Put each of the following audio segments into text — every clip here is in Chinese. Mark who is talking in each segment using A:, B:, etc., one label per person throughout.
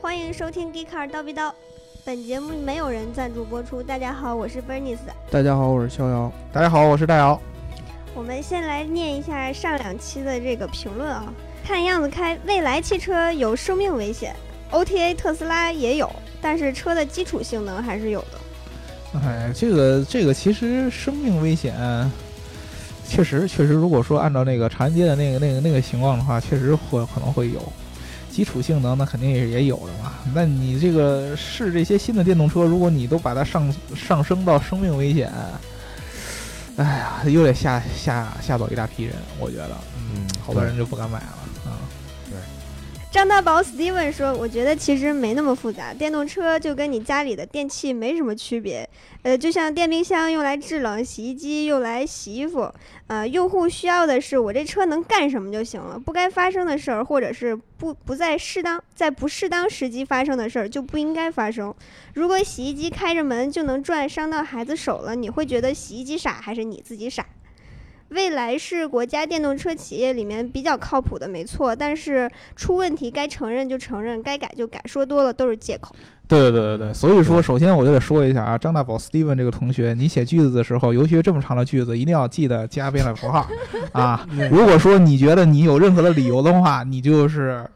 A: 欢迎收听《迪卡尔叨逼叨》，本节目没有人赞助播出。大家好，我是 Bernice。
B: 大家好，我是逍遥。
C: 大家好，我是大姚。
A: 我们先来念一下上两期的这个评论啊，看样子开未来汽车有生命危险，OTA 特斯拉也有，但是车的基础性能还是有的。
C: 哎，这个这个其实生命危险，确实确实，如果说按照那个长安街的那个那个那个情况的话，确实会可能会有。基础性能那肯定也是也有的嘛。那你这个试这些新的电动车，如果你都把它上上升到生命危险，哎呀，又得吓吓吓走一大批人，我觉得，
B: 嗯，
C: 好多人就不敢买了。啊。
A: 张大宝 Steven 说：“我觉得其实没那么复杂，电动车就跟你家里的电器没什么区别。呃，就像电冰箱用来制冷，洗衣机用来洗衣服。呃，用户需要的是我这车能干什么就行了，不该发生的事儿，或者是不不在适当在不适当时机发生的事儿就不应该发生。如果洗衣机开着门就能转，伤到孩子手了，你会觉得洗衣机傻还是你自己傻？”未来是国家电动车企业里面比较靠谱的，没错。但是出问题该承认就承认，该改就改，说多了都是借口。
C: 对对对对对，所以说，首先我就得说一下啊，张大宝 Steven 这个同学，你写句子的时候，尤其是这么长的句子，一定要记得加变量符号啊。如果说你觉得你有任何的理由的话，你就是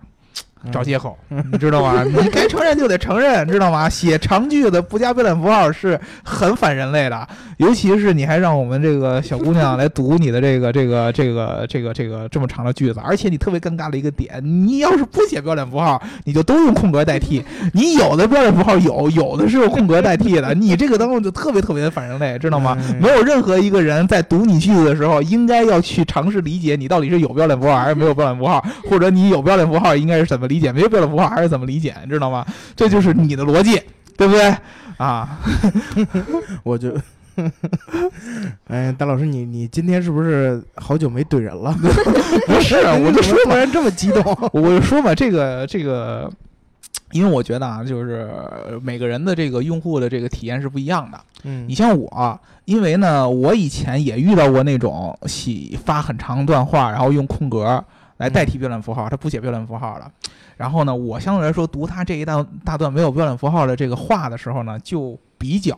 C: 找借口，你知道吗？你该承认就得承认，知道吗？写长句子不加标点符号是很反人类的，尤其是你还让我们这个小姑娘来读你的这个这个这个这个这个这么长的句子，而且你特别尴尬的一个点，你要是不写标点符号，你就都用空格代替，你有的标点符号有，有的是用空格代替的，你这个当中就特别特别的反人类，知道吗？
B: 嗯
C: 没有任何一个人在读你句子的时候，应该要去尝试理解你到底是有标点符号还是没有标点符号，或者你有标点符号应该是怎么理解，没有标点符号还是怎么理解，你知道吗？这就是你的逻辑，对不对？啊，
B: 我 就，哎，大老师，你你今天是不是好久没怼人 了？
C: 不是，我就说
B: 突 然这么激动，
C: 我我就说嘛，这个这个，因为我觉得啊，就是呃每个人的这个用户的这个体验是不一样的。
B: 嗯
C: 你像我，因为呢，我以前也遇到过那种喜发很长段话，然后用空格来代替标点符号，他不写标点符号了。然后呢，我相对来说读他这一大大段没有标点符号的这个话的时候呢，就比较。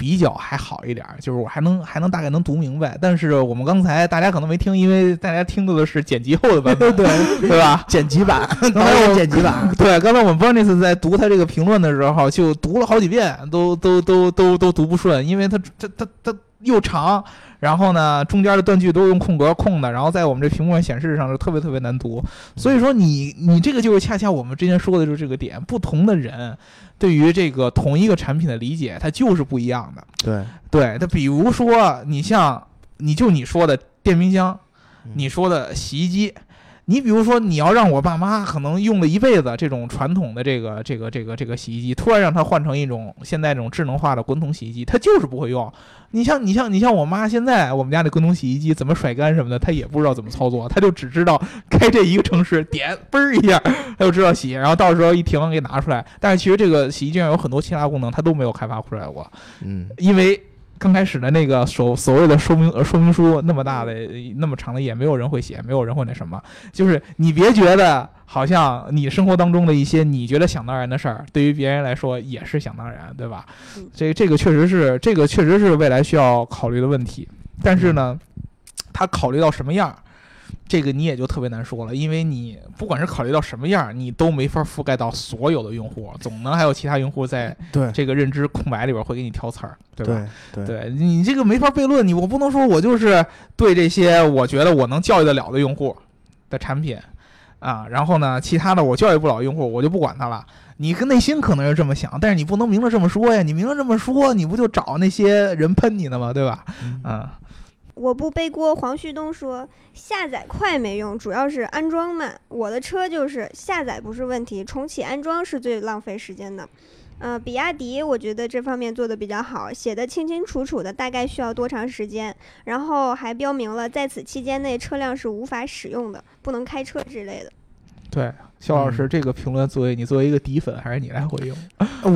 C: 比较还好一点儿，就是我还能还能大概能读明白，但是我们刚才大家可能没听，因为大家听到的是剪辑后的版 本，对对吧？
B: 剪辑 版，
C: 导
B: 导
C: 演
B: 演
C: 剪
B: 剪辑版，
C: 对，刚才我们 Bernice 在读他这个评论的时候，就读了好几遍，都都都都都读不顺，因为他他他他又长，然后呢中间的断句都用空格空的，然后在我们这屏幕上显示上是特别特别难读。所以说你你这个就是恰恰我们之前说的就是这个点，不同的人对于这个同一个产品的理解，它就是不一样的。
B: 对，
C: 对，它比如说你像你就你说的电冰箱，
B: 嗯
C: 你说的洗衣机。你比如说，你要让我爸妈可能用了一辈子这种传统的这个这个这个这个洗衣机，突然让它换成一种现在这种智能化的滚筒洗衣机，它就是不会用。你像你像你像我妈现在我们家的滚筒洗衣机怎么甩干什么的，她也不知道怎么操作，她就只知道开这一个城市点嘣儿一下，她就知道洗，然后到时候一停给拿出来。但是其实这个洗衣机上有很多其他功能，它都没有开发出来过。
B: 嗯，
C: 因为刚开始的那个所所谓的说明呃说明书那么大的那么长的页，没有人会写，没有人会那什么。就是你别觉得好像你生活当中的一些你觉得想当然的事儿，对于别人来说也是想当然，对吧
A: 嗯？
C: 这这个确实是这个确实是未来需要考虑的问题。但是呢，他考虑到什么样儿？这个你也就特别难说了，因为你不管是考虑到什么样儿，你都没法覆盖到所有的用户，总能还有其他用户在
B: 对，
C: 这个认知空白里边会给你挑刺儿，对吧？
B: 对，对，
C: 对你这个没法悖论，你我不能说我就是对这些我觉得我能教育得了的用户的产品啊，然后呢，其他的我教育不了用户，我就不管他了。你跟内心可能是这么想，但是你不能明着这么说呀，你明着这么说，你不就找那些人喷你呢吗？对吧？
B: 嗯
C: 啊，
A: 我不背锅。黄旭东说，下载快没用，主要是安装慢。我的车就是下载不是问题，重启安装是最浪费时间的。呃，比亚迪我觉得这方面做的比较好，写的清清楚楚的，大概需要多长时间，然后还标明了在此期间内车辆是无法使用的，不能开车之类的。
C: 对，肖老师这个评论作为你作为一个底粉，还是你来回应？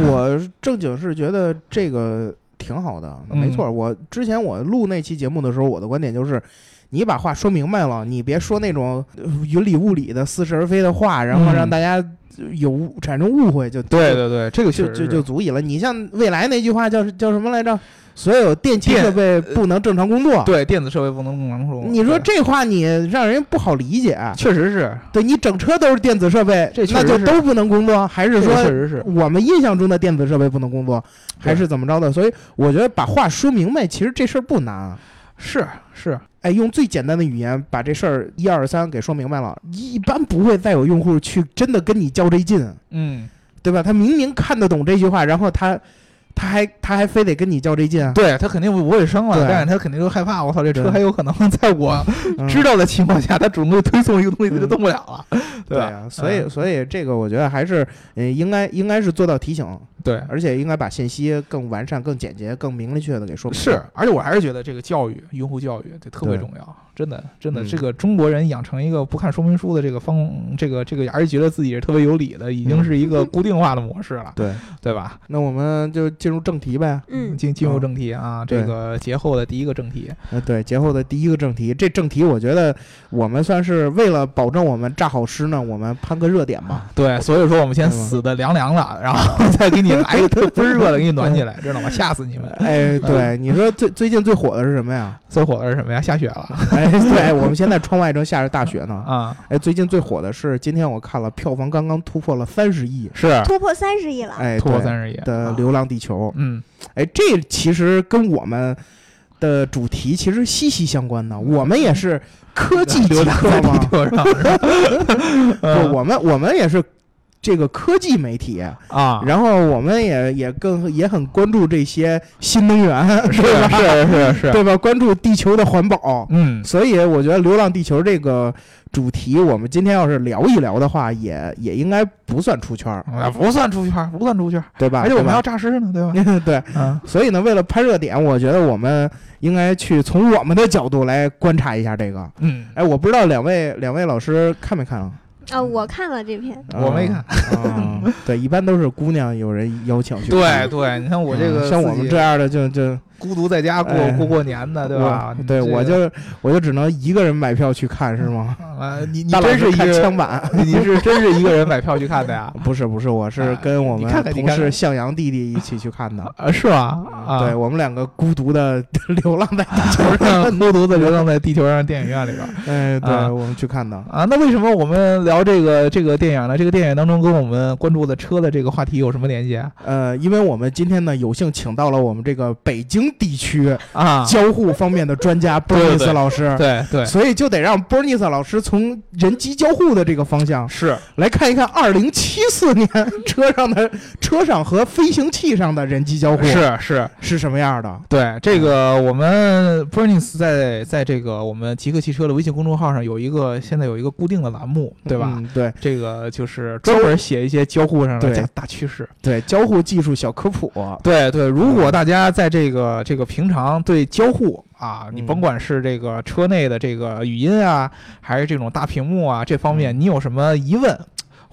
B: 我正经是觉得这个挺好的，
C: 嗯
B: 没错。我之前我录那期节目的时候，我的观点就是，你把话说明白了，你别说那种呃云里雾里的、似是而非的话，然后
C: 嗯
B: 让大家有误产生误会就
C: 对对对，这个确
B: 就
C: 实
B: 就是就足以了。你像未来那句话叫叫什么来着？所有电器
C: 电呃
B: 设备不能正常工作。
C: 对电子设备不能共同
B: 你说
C: 对
B: 这话你让人不好理解。
C: 确实是，
B: 对你整车都是电子设备，
C: 这确
B: 那
C: 实
B: 就是都不能工作，还是
C: 这个
B: 说
C: 确实是
B: 我们印象中的电子设备不能工作，
C: 对
B: 还是怎么着的？所以我觉得把话说明白，其实这事儿不难。啊
C: 是是，
B: 哎，用最简单的语言把这事儿一二三给说明白了，一般不会再有用户去真的跟你较这劲，啊
C: 嗯，
B: 对吧？他明明看得懂这句话，然后他他还他还非得跟你较这 劲，啊
C: 对他肯定不会生了，
B: 对
C: 但是他肯定就害怕，我操，这车
B: 对
C: 还有可能在我
B: 嗯
C: 知道的情况下，他主动推送一个东西，他就
B: 嗯
C: 动不了了，
B: 对
C: 吧？
B: 啊，所以所以这个我觉得还是嗯、呃应该应该是做到提醒，
C: 对，啊
B: 而且应该把信息更完善、更简洁、更明确的给说明白。
C: 是，而且我还是觉得这个教育，用户教育这特别
B: 对
C: 重要，真的，真的，
B: 嗯
C: 这个中国人养成一个不看说明书的这个方，这个这个，还是觉得自己是特别有理的，已经
B: 嗯
C: 是一个固定化的模式了，
B: 对，
C: 对吧？
B: 那我们就进入正题呗。
A: 嗯，
C: 进进入
B: 嗯
C: 正题啊，
B: 对
C: 这个节后的第一个正题，
B: 呃，对，节后的第一个正题，这正题我觉得我们算是为了保证我们炸好诗呢，我们攀个热点吧。
C: 啊对，所以说我们先
B: 对吧
C: 死的凉凉了，然后再给你来一个特倍儿热的，给你暖起
B: 嗯
C: 来，知道吗？吓死你们！
B: 哎，对，你说最最近最火的是什么 呀？
C: 最火的是什么呀？下雪了
B: 哎，对，我们现在窗外正下着大雪呢。
C: 啊，
B: 哎，最近最火的是，今天我看了票房刚刚突破了三十亿，
C: 是
A: 突破三十亿了，
B: 哎，
C: 突破
B: 对
C: 三十亿
B: 的
C: 啊
B: 《流浪地球》
C: 嗯，
B: 哎，这其实跟我们的主题其实息息相关的，我们也是科技
C: 流
B: 极
C: 浪
B: 客
C: 在地
B: 嘛，
C: 球上是 吧
B: 不，
C: 嗯
B: 我们我们也是这个科技媒体，
C: 啊，
B: 然后我们也也更也很关注这些新能源，
C: 是
B: 对吧？
C: 是是是，
B: 对吧？关注地球的环保。
C: 嗯，
B: 所以我觉得《流浪地球》这个主题，我们今天要是聊一聊的话，也也应该不算出圈儿，
C: 啊不算出圈儿，不算出圈儿，
B: 对吧？
C: 而且我们
B: 啊对
C: 还
B: 吧
C: 要诈尸呢，对吧？
B: 对，
C: 嗯，
B: 所以呢，为了拍热点，我觉得我们应该去从我们的角度来观察一下这个。
C: 嗯，
B: 哎，我不知道两位两位老师看没看啊？
A: 啊，我看了这篇，
C: 我没看。
B: 啊、 对，一般都是姑娘有人邀请去看。
C: 对对，你看我
B: 嗯
C: 这个
B: 像我
C: 自己
B: 们这样的就就
C: 孤独在家过
B: 哎
C: 过过年的，对吧
B: 我？对，
C: 你这
B: 我
C: 个
B: 就我就只能一个人买票去看，是吗？
C: 啊，你你
B: 大老
C: 真
B: 师
C: 是一
B: 看
C: 个
B: 枪版，
C: 你是真是一个人买票去看 的呀？
B: 啊不是不是，我是
C: 啊
B: 跟我
C: 你
B: 们
C: 看看你
B: 同
C: 看
B: 事
C: 看
B: 向阳弟弟一起去看 的。嗯
C: 啊，是吗？啊，
B: 对我们两个孤独的 流浪在，
C: 孤独的流浪在地球上电影院里边儿
B: 哎， 对、
C: 啊
B: 我们去看的。
C: 啊。那为什么我们聊这个这个电影呢？这个电影当中跟我们关注的车的这个话题有什么联系啊
B: 呃，因为我们今天呢有幸请到了我们这个北京地区
C: 啊？
B: 交互方面的专家 b e r
C: 对
B: n i
C: 对
B: c 老师。
C: 对对，
B: 所以就得让 b e r n i c 老师从人机交互的这个方向
C: 是
B: 来看一看，二零七四年 车上的车上和飞行器上的人机交互
C: 是是，
B: 是什么样的？
C: 对这个，我们 Burnings 在在这个我们极客汽车的微信公众号上有一个现在有一个固定的栏目，对吧？
B: 嗯对
C: 这个就是专门写一些交互上的
B: 对
C: 大大趋势。
B: 对，交互技术小科普。
C: 对对，如果大家在这个这个平常对交互啊，你
B: 嗯
C: 甭管是这个车内的这个语音啊，还是这种大屏幕啊这方面，
B: 嗯
C: 你有什么疑问？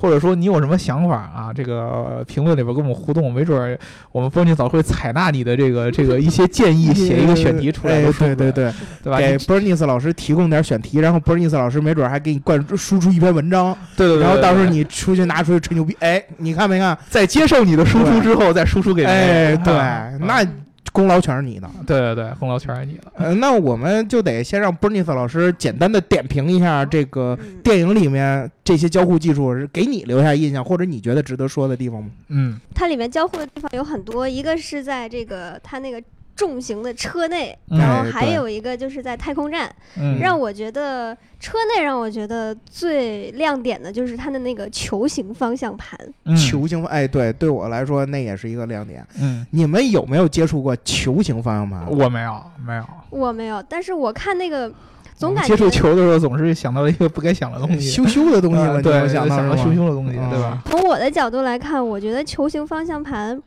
C: 或者说你有什么想法啊？这个评论里边跟我们互动，没准儿我们 b e r n i 早会采纳你的这个这个一些建议，写一个选题出来
B: 哎
C: 都说
B: 对
C: 不
B: 对
C: 准，
B: 对，
C: 对吧？
B: 给
C: 你
B: Bernice 老师提供点选题，然后 Bernice 老师没准还给你灌输出一篇文章，
C: 对对对，
B: 然后到时候
C: 对
B: 你出去拿出去吹牛逼，哎，你看没看？
C: 在接受你的输出之后，再输出给别
B: 哎，
C: 人
B: 对
C: 啊，
B: 那功劳全是你的。
C: 对对对，功劳全是你的。
B: 呃，那我们就得先让 Bernice 老师简单的点评一下这个
A: 嗯
B: 电影里面这些交互技术是给你留下印象，或者你觉得值得说的地方吗？
C: 嗯，
A: 它里面交互的地方有很多，一个是在这个它那个重型的车内，
C: 嗯
A: 然后
B: 哎
A: 还
B: 对
A: 有一个就是在太空站，
C: 嗯
A: 让我觉得车内让我觉得最亮点的就是它的那个球形方向盘，
C: 嗯
B: 球形，哎，对，对我来说那也是一个亮点。
C: 嗯，
B: 你们有没有接触过球形方向盘？
C: 我没有没有，
A: 我没有，但是我看那个
C: 我
A: 总
C: 们
A: 感
C: 哦嗯接触
A: 觉
C: 球的时候总是想到一个不该想的东西，
B: 羞羞的东西
C: 啊
B: 吗？
C: 对，
B: 你
C: 想
B: 想
C: 到
B: 到
C: 嗯羞羞的东西，
B: 啊
C: 对吧？
A: 从我的角度来看，我觉得球形方向盘，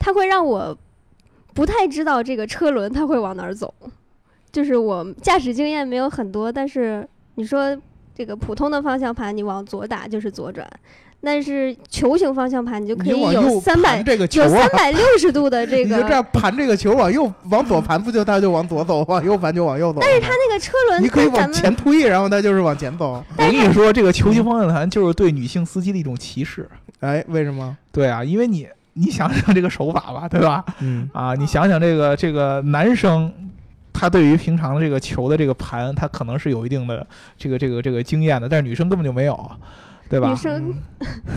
A: 它会让我不太知道这个车轮它会往哪儿走，就是我驾驶经验没有很多，但是你说这个普通的方向盘，你往左打就是左转，但是球形方向盘你就可
B: 你
A: 以
B: 就往
A: 有
B: 右
A: 三百
B: 盘这个球
A: 有
B: 啊
A: 三，百六十度的这
B: 你就这
A: 个。
B: 样盘这个球往右往左盘，不就它就往左走，往右盘就往右走。但是它
A: 那个车轮
B: 你可以
A: 跟咱
B: 往
A: 们
B: 前推，然后它就是往前走。
C: 我跟你说，这个球形方向盘就是对女性司机的一种歧视。
B: 哎，为什么？
C: 对啊，因为你你想想这个手法吧，对吧？
B: 嗯，
C: 啊，你想想这个这个男生，他对于平常的这个球的这个盘，他可能是有一定的这个这个这个经验的，但是女生根本就没有，对吧
A: 女？生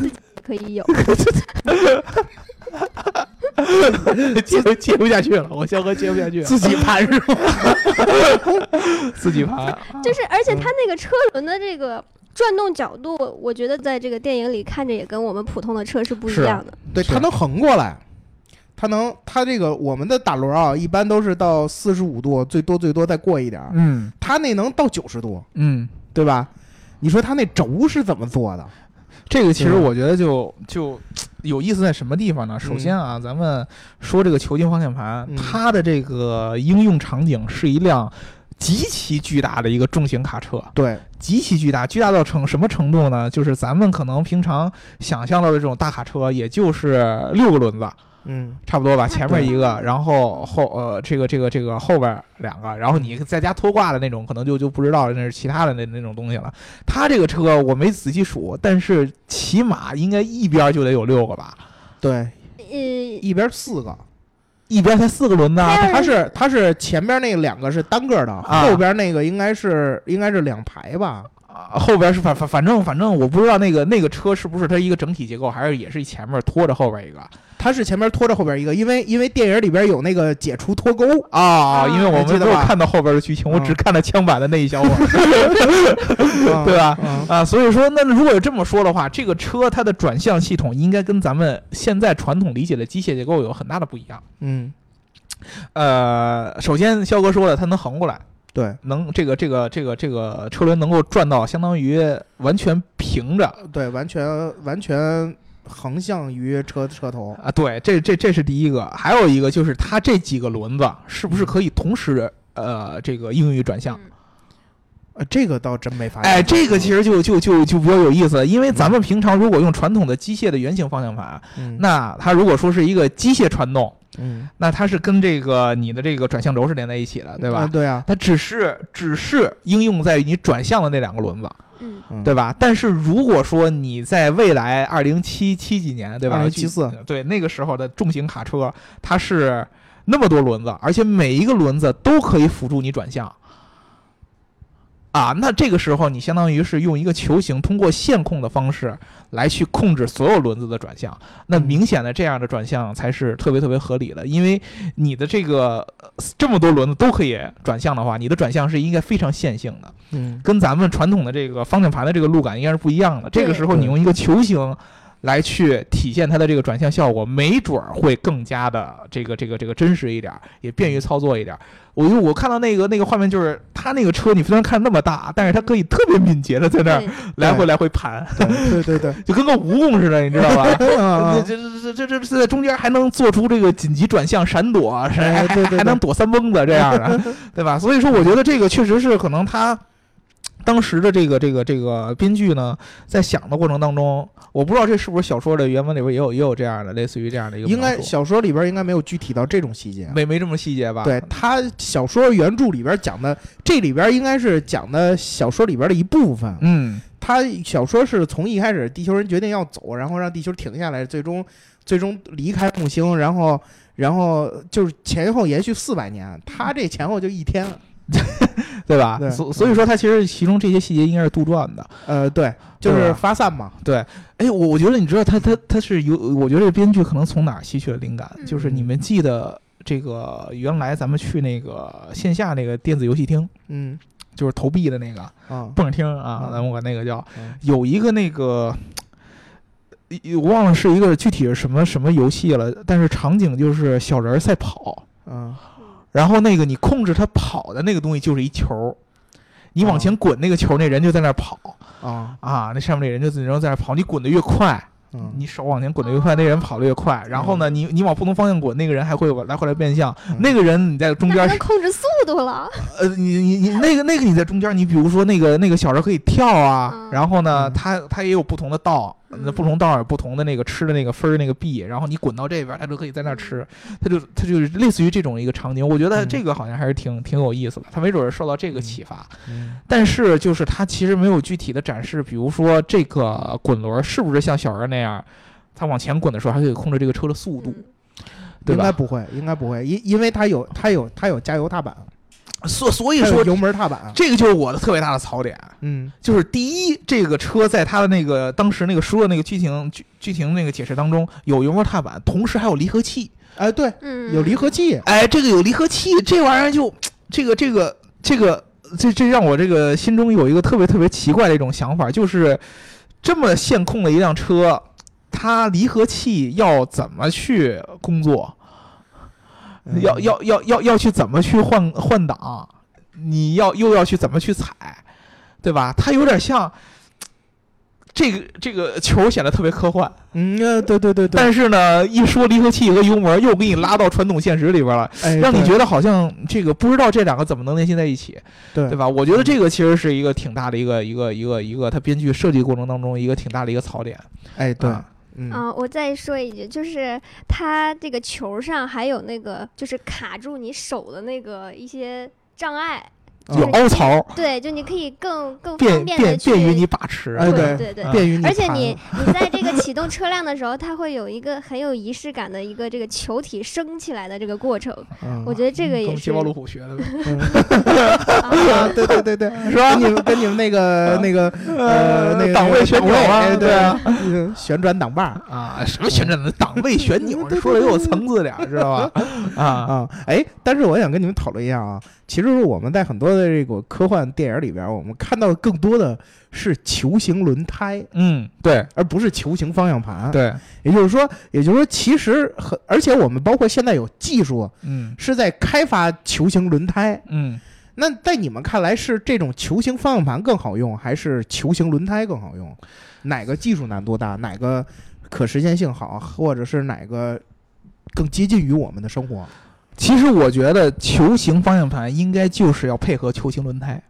B: 嗯
A: 可以 有，
C: 接接不下去了，我肖哥接不下去了，
B: 自己盘是吗？
C: 自己盘，
A: 就是而且它那个车轮的这个转动角度，我觉得在这个电影里看着也跟我们普通的车是不一
C: 是啊
A: 样的。
B: 对，
C: 是
B: 它能横过来，它能，它这个我们的打轮啊，一般都是到四十五度，最多最多再过一点儿，
C: 嗯
B: 它那能到九十度，
C: 嗯，
B: 对吧？你说它那轴是怎么做的？
C: 这个其实
B: 对吧啊
C: 我觉得就就有意思在什么地方呢？首先啊，咱们说这个球形方向盘，
B: 嗯
C: 它的这个应用场景是一辆极其巨大的一个重型卡车，
B: 对，
C: 极其巨大，巨大到成什么程度呢？就是咱们可能平常想象到的这种大卡车，也就是六个轮子，
B: 嗯，
C: 差不多吧，
A: 嗯
C: 前面一个，然后后呃这个这个这个后边两个，然后你在家拖挂的那种，可能就就不知道那是其他的那那种东西了。它这个车我没仔细数，但是起码应该一边就得有六个吧，
B: 对，
A: 呃，
B: 一边四个，
C: 一边才四个轮子啊，
A: 它要
B: 它是它是前边那两个是单个的，
C: 啊
B: 后边那个应该是应该是两排吧？
C: 啊后边是反反反正反正我不知道那个那个车是不是它一个整体结构，还是也是前面拖着后边一个。啊
B: 它是前边拖着后边一个，因为因为电影里边有那个解除脱钩，
C: 啊，因为我
B: 还记
C: 们
B: 得
C: 没有
B: 吧
C: 看到后边的剧情，我
B: 嗯
C: 只看了枪版的那一小会儿对
B: 对
C: 吧？
B: 嗯
C: 啊，所以说，那如果这么说的话，这个车它的转向系统应该跟咱们现在传统理解的机械结构有很大的不一样。
B: 嗯，
C: 呃，首先肖哥说了，它能横过来，
B: 对
C: 能这个这个这个这个车轮能够转到相当于完全平着
B: 对，完全完全横向于车车头，
C: 啊，对，这这这是第一个，还有一个就是它这几个轮子是不是可以同时呃这个应于转向？
A: 嗯
B: 呃，这个倒真没发现。
C: 哎，这个其
B: 实，
C: 实就就就就比较有意思，因为咱们平常如果用传统的机械的圆形方向盘，
B: 嗯
C: 那它如果说是一个机械传动，
B: 嗯，
C: 那它是跟这个你的这个转向轴是连在一起的，对
B: 啊
C: 吧？
B: 对啊，
C: 它只是只是应用在于你转向的那两个轮子，
A: 嗯，
B: 嗯
C: 对吧？但是如果说你在未来二零七七几年，
B: 啊
C: 对吧？
B: 2074
C: 具对那个时候的重型卡车，它是那么多轮子，而且每一个轮子都可以辅助你转向。啊，那这个时候你相当于是用一个球形，通过线控的方式来去控制所有轮子的转向。那明显的这样的转向才是特别特别合理的，因为你的这个呃这么多轮子都可以转向的话，你的转向是应该非常线性的。
B: 嗯
C: 跟咱们传统的这个方向盘的这个路感应该是不一样的。这个时候你用一个球形来去体现它的这个转向效果，没准儿会更加的这个这个这个真实一点儿，也便于操作一点儿。我就我看到那个那个画面，就是它那个车，你虽然看那么大，但是它可以特别敏捷的在那儿
A: 对，
C: 来回来回盘，
B: 嗯对对对 对，
C: 就跟个蜈蚣似的，你知 道吧？
A: 嗯
B: 啊
C: 这这这这这在中间还能做出这个紧急转向、闪躲，还还
B: 哎对对对
C: 还能躲三蹦子这样 的，对吧？所以说，我觉得这个确实是可能他当时的这个这个这个编剧呢，在想的过程当中，我不知道这是不是小说的原文里边也有也有这样的类似于这样的一个
B: 应该
C: 描述
B: 小说里边应该没有具体到这种细节。啊
C: 没没这么细节吧？
B: 对他小说原著里边讲的，这里边应该是讲的小说里边的一部分。
C: 嗯，
B: 他小说是从一开始地球人决定要走，然后让地球停下来，最终最终离开木星，然后然后就是前后延续四百年，他这前后就一天。
C: 对嗯吧？
B: 对
C: 所所以说，他其实其中这些细节应该是杜撰的。
B: 呃，对，就
C: 对
B: 是
C: 吧
B: 发散嘛。
C: 哎，我我觉得你知道他他他是有，我觉得这编剧可能从哪儿吸取了灵感，
A: 嗯
C: 就是你们记得这个原来咱们去那个线下那个电子游戏厅，
B: 嗯
C: 就是投币的那个
B: 啊，
C: 蹦厅啊，
B: 嗯
C: 咱们管那个叫，
B: 嗯
C: 有一个那个。我忘了是一个具体是什么什么游戏了，但是场景就是小人儿赛跑，
B: 嗯
C: 然后那个你控制他跑的那个东西就是一球儿，你往
B: 哦
C: 前滚那个球儿，那人就在那儿跑
B: 啊
C: 啊，那上面那人就然后在那儿跑，你滚得越快，
B: 嗯，
C: 你手往前滚得越快，那人跑得越快。然后呢，你你往不同方向滚，那个人还会往来回来变向。
B: 嗯
C: 那个人你在中
A: 那还
C: 间
A: 能
C: 是，
A: 控制速度 了，
C: 呃，你你你那个那个你在中间，你比如说那个那个小人可以跳啊，
A: 嗯
C: 然后呢，
B: 嗯
C: 他他也有不同的道，那不同道儿有不同的那个吃的那个分儿那个币，然后你滚到这边，他就可以在那儿吃，他就他就是类似于这种一个场景，我觉得
B: 嗯
C: 这个好像还是挺挺有意思的，他没准儿受到这个
B: 嗯
C: 启发，
B: 嗯
C: 但是就是他其实没有具体的展示，比如说这个滚轮是不是像小人那样，他往前滚的时候还可以控制这个车的速度，对
B: 应该
C: 吧？
B: 不会，应该不会，因因为它有它有它有加油踏板，
C: 嗯所所以
B: 它有
C: 说。
B: 油门踏板，
C: 这个就是我的特别大的槽点，
B: 嗯
C: 就是第一，这个车在它的那个当时那个书的那个剧情剧剧情那个解释当中有油门踏板，同时还有离合器。
B: 哎对，
A: 嗯，
B: 有离合器，
C: 哎，这个有离合器，这玩意儿就这个这个这个这这让我这个心中有一个特别特别奇怪的一种想法，就是这么线控的一辆车，它离合器要怎么去工作？
B: 嗯
C: 要要要要要去怎么去换换挡，你要又要去怎么去踩，对吧？它有点像这个这个球显得特别科幻，
B: 嗯呃对对对对，
C: 但是呢，一说离合器和油门，又给你拉到传统现实里边了，
B: 哎
C: 让你
B: 对
C: 觉得好像这个不知道这两个怎么能联系在一起，
B: 对嗯
C: 对吧？我觉得这个其实是一个挺大的一个一个一个一个，它编剧设计过程当中一个挺大的一个槽点。
B: 哎对
C: 啊，
B: 嗯
A: 嗯、我再说一句，就是它这个球上还有那个，就是卡住你手的那个一些障碍，
C: 有
B: 哦
A: 嗯
C: 凹槽，
A: 对，就你可以更更
C: 啊便
A: 方便
C: 便
A: 的去，
C: 便于你把持。
B: 哎
A: 对对
B: 对
A: 对
C: 啊
B: 便于你
A: 而且
B: 盘
A: 你你在 这个启动车辆的时候，它会有一个很有仪式感的一个这个球体升起来的这个过程，
B: 嗯
A: 我觉得这个
C: 跟我
A: 也
C: 们
A: 是
C: 捷豹路虎学的呗，
B: 嗯
A: 啊
B: 啊，对对 对对，是吧？跟你们跟你们那
C: 啊
B: 个那个 呃那个
C: 档位旋钮啊，
B: 哎
C: 对啊，
B: 嗯旋转挡把儿
C: 啊，什么旋转的档位旋钮，说的又有层次点儿，知道吧？啊，
B: 啊，哎，但是我想跟你们讨论一下啊，其实我们在很多的这个科幻电影里边儿，我们看到的更多的是球形轮胎，
C: 嗯，对
B: 而不是球形方向盘。，
C: 对，
B: 也就是说，也就是说，其实很，而且我们包括现在有技术
C: 嗯
B: 是在开发球形轮胎。
C: 嗯，
B: 那在你们看来，是这种球形方向盘更好用，还是球形轮胎更好用？哪个技术难度大？哪个可实现性好？或者是哪个更接近于我们的生活？
C: 其实我觉得球形方向盘应该就是要配合球形轮胎，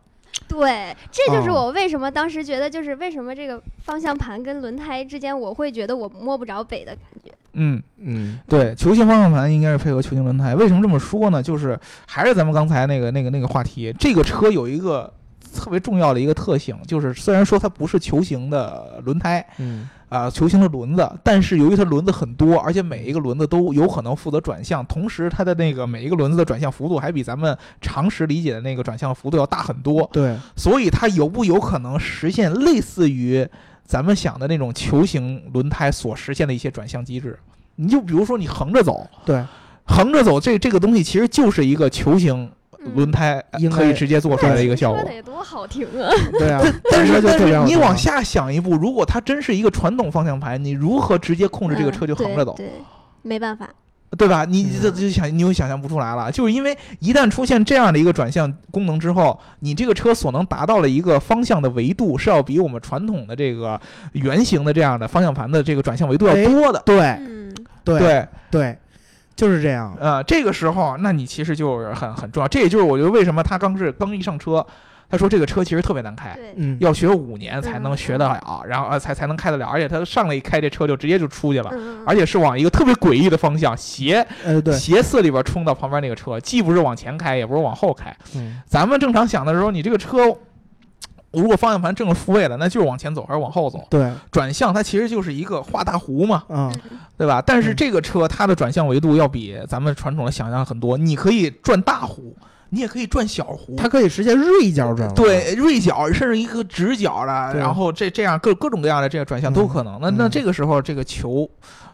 A: 对，这就是
B: 哦
A: 我为什么当时觉得，就是为什么这个方向盘跟轮胎之间，我会觉得我摸不着北的感觉。
C: 嗯。
B: 嗯
C: 对，球形方向盘应该是配合球形轮胎。为什么这么说呢？就是还是咱们刚才那个那个那个话题，这个车有一个特别重要的一个特性，就是虽然说它不是球形的轮胎，
B: 嗯。
C: 啊、球形的轮子，但是由于它轮子很多，而且每一个轮子都有可能负责转向，同时它的那个每一个轮子的转向幅度还比咱们常识理解的那个转向幅度要大很多，
B: 对，
C: 所以它有不有可能实现类似于咱们想的那种球形轮胎所实现的一些转向机制？你就比如说你横着走，
B: 对，
C: 横着走这这个东西其实就是一个球形
A: 嗯
C: 轮胎呃
B: 应
C: 可以
B: 该
C: 直接做出来
A: 那
C: 的一个
A: 你
C: 效
A: 说
C: 果
A: 的。也多好听啊！
B: 对啊，
C: 但是
B: 就
C: 但
B: 特别
C: 是
B: 好
C: 你
B: 用啊
C: 往下想一步，如果它真是一个传统方向盘，你如何直接控制这个车就横着走，
A: 嗯对，对没办法。
C: 对吧？你
B: 嗯
C: 这这就想你又想象不出来了，就是因为一旦出现这样的一个转向功能之后，你这个车所能达到了一个方向的维度是要比我们传统的这个圆形的这样的方向盘的这个转向维度要
B: 哎
C: 多的。
B: 对
A: 嗯，
B: 对
C: 对，
B: 对，就是这样。
C: 呃，这个时候，那你其实就是很很重要。这也就是我觉得为什么他刚是刚一上车，他说这个车其实特别难开。
A: 对，
B: 嗯，
C: 要学五年才能学得了，然后呃才才能开得了，而且他上来一开这车就直接就出去了，
A: 嗯，
C: 而且是往一个特别诡异的方向斜
B: 呃，对，
C: 斜刺里边冲到旁边那个车，既不是往前开，也不是往后开。
B: 嗯，
C: 咱们正常想的时候，你这个车如果方向盘正着复位了，那就是往前走还是往后走？
B: 对，
C: 转向它其实就是一个画大弧嘛，
B: 嗯，
C: 对吧？但是
B: 嗯
C: 这个车它的转向维度要比咱们传统的想象很多，你可以转大弧，你也可以转小弧，
B: 它可以实现锐角转弯。
C: 对锐角，甚至一个直角的，
B: 对
C: 然后这这样各各种各样的这个转向都可能。那那
B: 嗯
C: 这个时候，这个球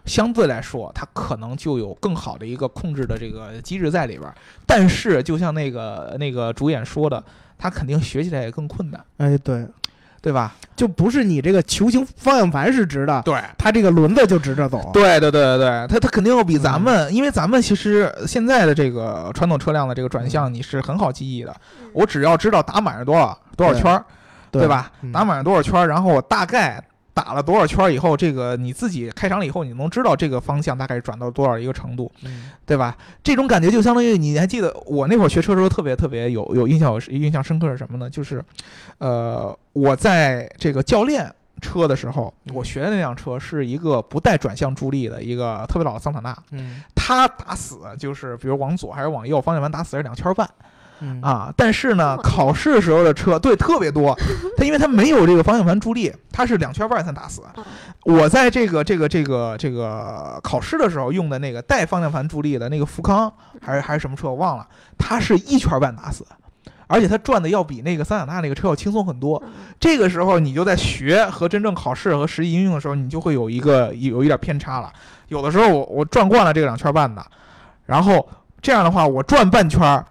C: 相对来说，它可能就有更好的一个控制的这个机制在里边儿。但是，就像那个那个主演说的，他肯定学起来也更困难，
B: 哎，对，
C: 对吧？
B: 就不是你这个球形方向盘是直的，
C: 对。
B: 它这个轮子就直着走。
C: 对对对对，它它肯定要比咱们，因为咱们其实现在的这个传统车辆的这个转向你是很好记忆的，
A: 嗯
C: 我只要知道打满了多少多少
B: 对
C: 圈儿，对
B: 对？
C: 吧？
B: 嗯
C: 打满了多少圈儿，然后我大概打了多少圈儿以后，这个你自己开场了以后，你能知道这个方向大概转到多少一个程度，
B: 嗯
C: 对吧？这种感觉就相当于你还记得我那会儿学车的时候特别特别有有印象，有印象深刻是什么呢？就是，呃，我在这个教练车的时候，
B: 嗯
C: 我学的那辆车是一个不带转向助力的一个特别老的桑塔纳，
B: 嗯
C: 它打死就是比如往左还是往右方向盘打死是两圈半
B: 嗯，
C: 啊。但是呢
A: 这么，多
C: 考试时候的车对特 别多，它因为它没有这个方向盘助力，它是两圈半才打死。
A: 哦
C: 我在这个这个这个这个考试的时候用的那个带方向盘助力的那个福康还是还是什么车我忘了，它是一圈半打死，而且它转的要比那个桑塔纳那个车要轻松很多。
A: 嗯
C: 这个时候你就在学和真正考试和实际应用的时候，你就会有一个有一点偏差了。有的时候我我转惯了这个两圈半的，然后这样的话我转半圈儿，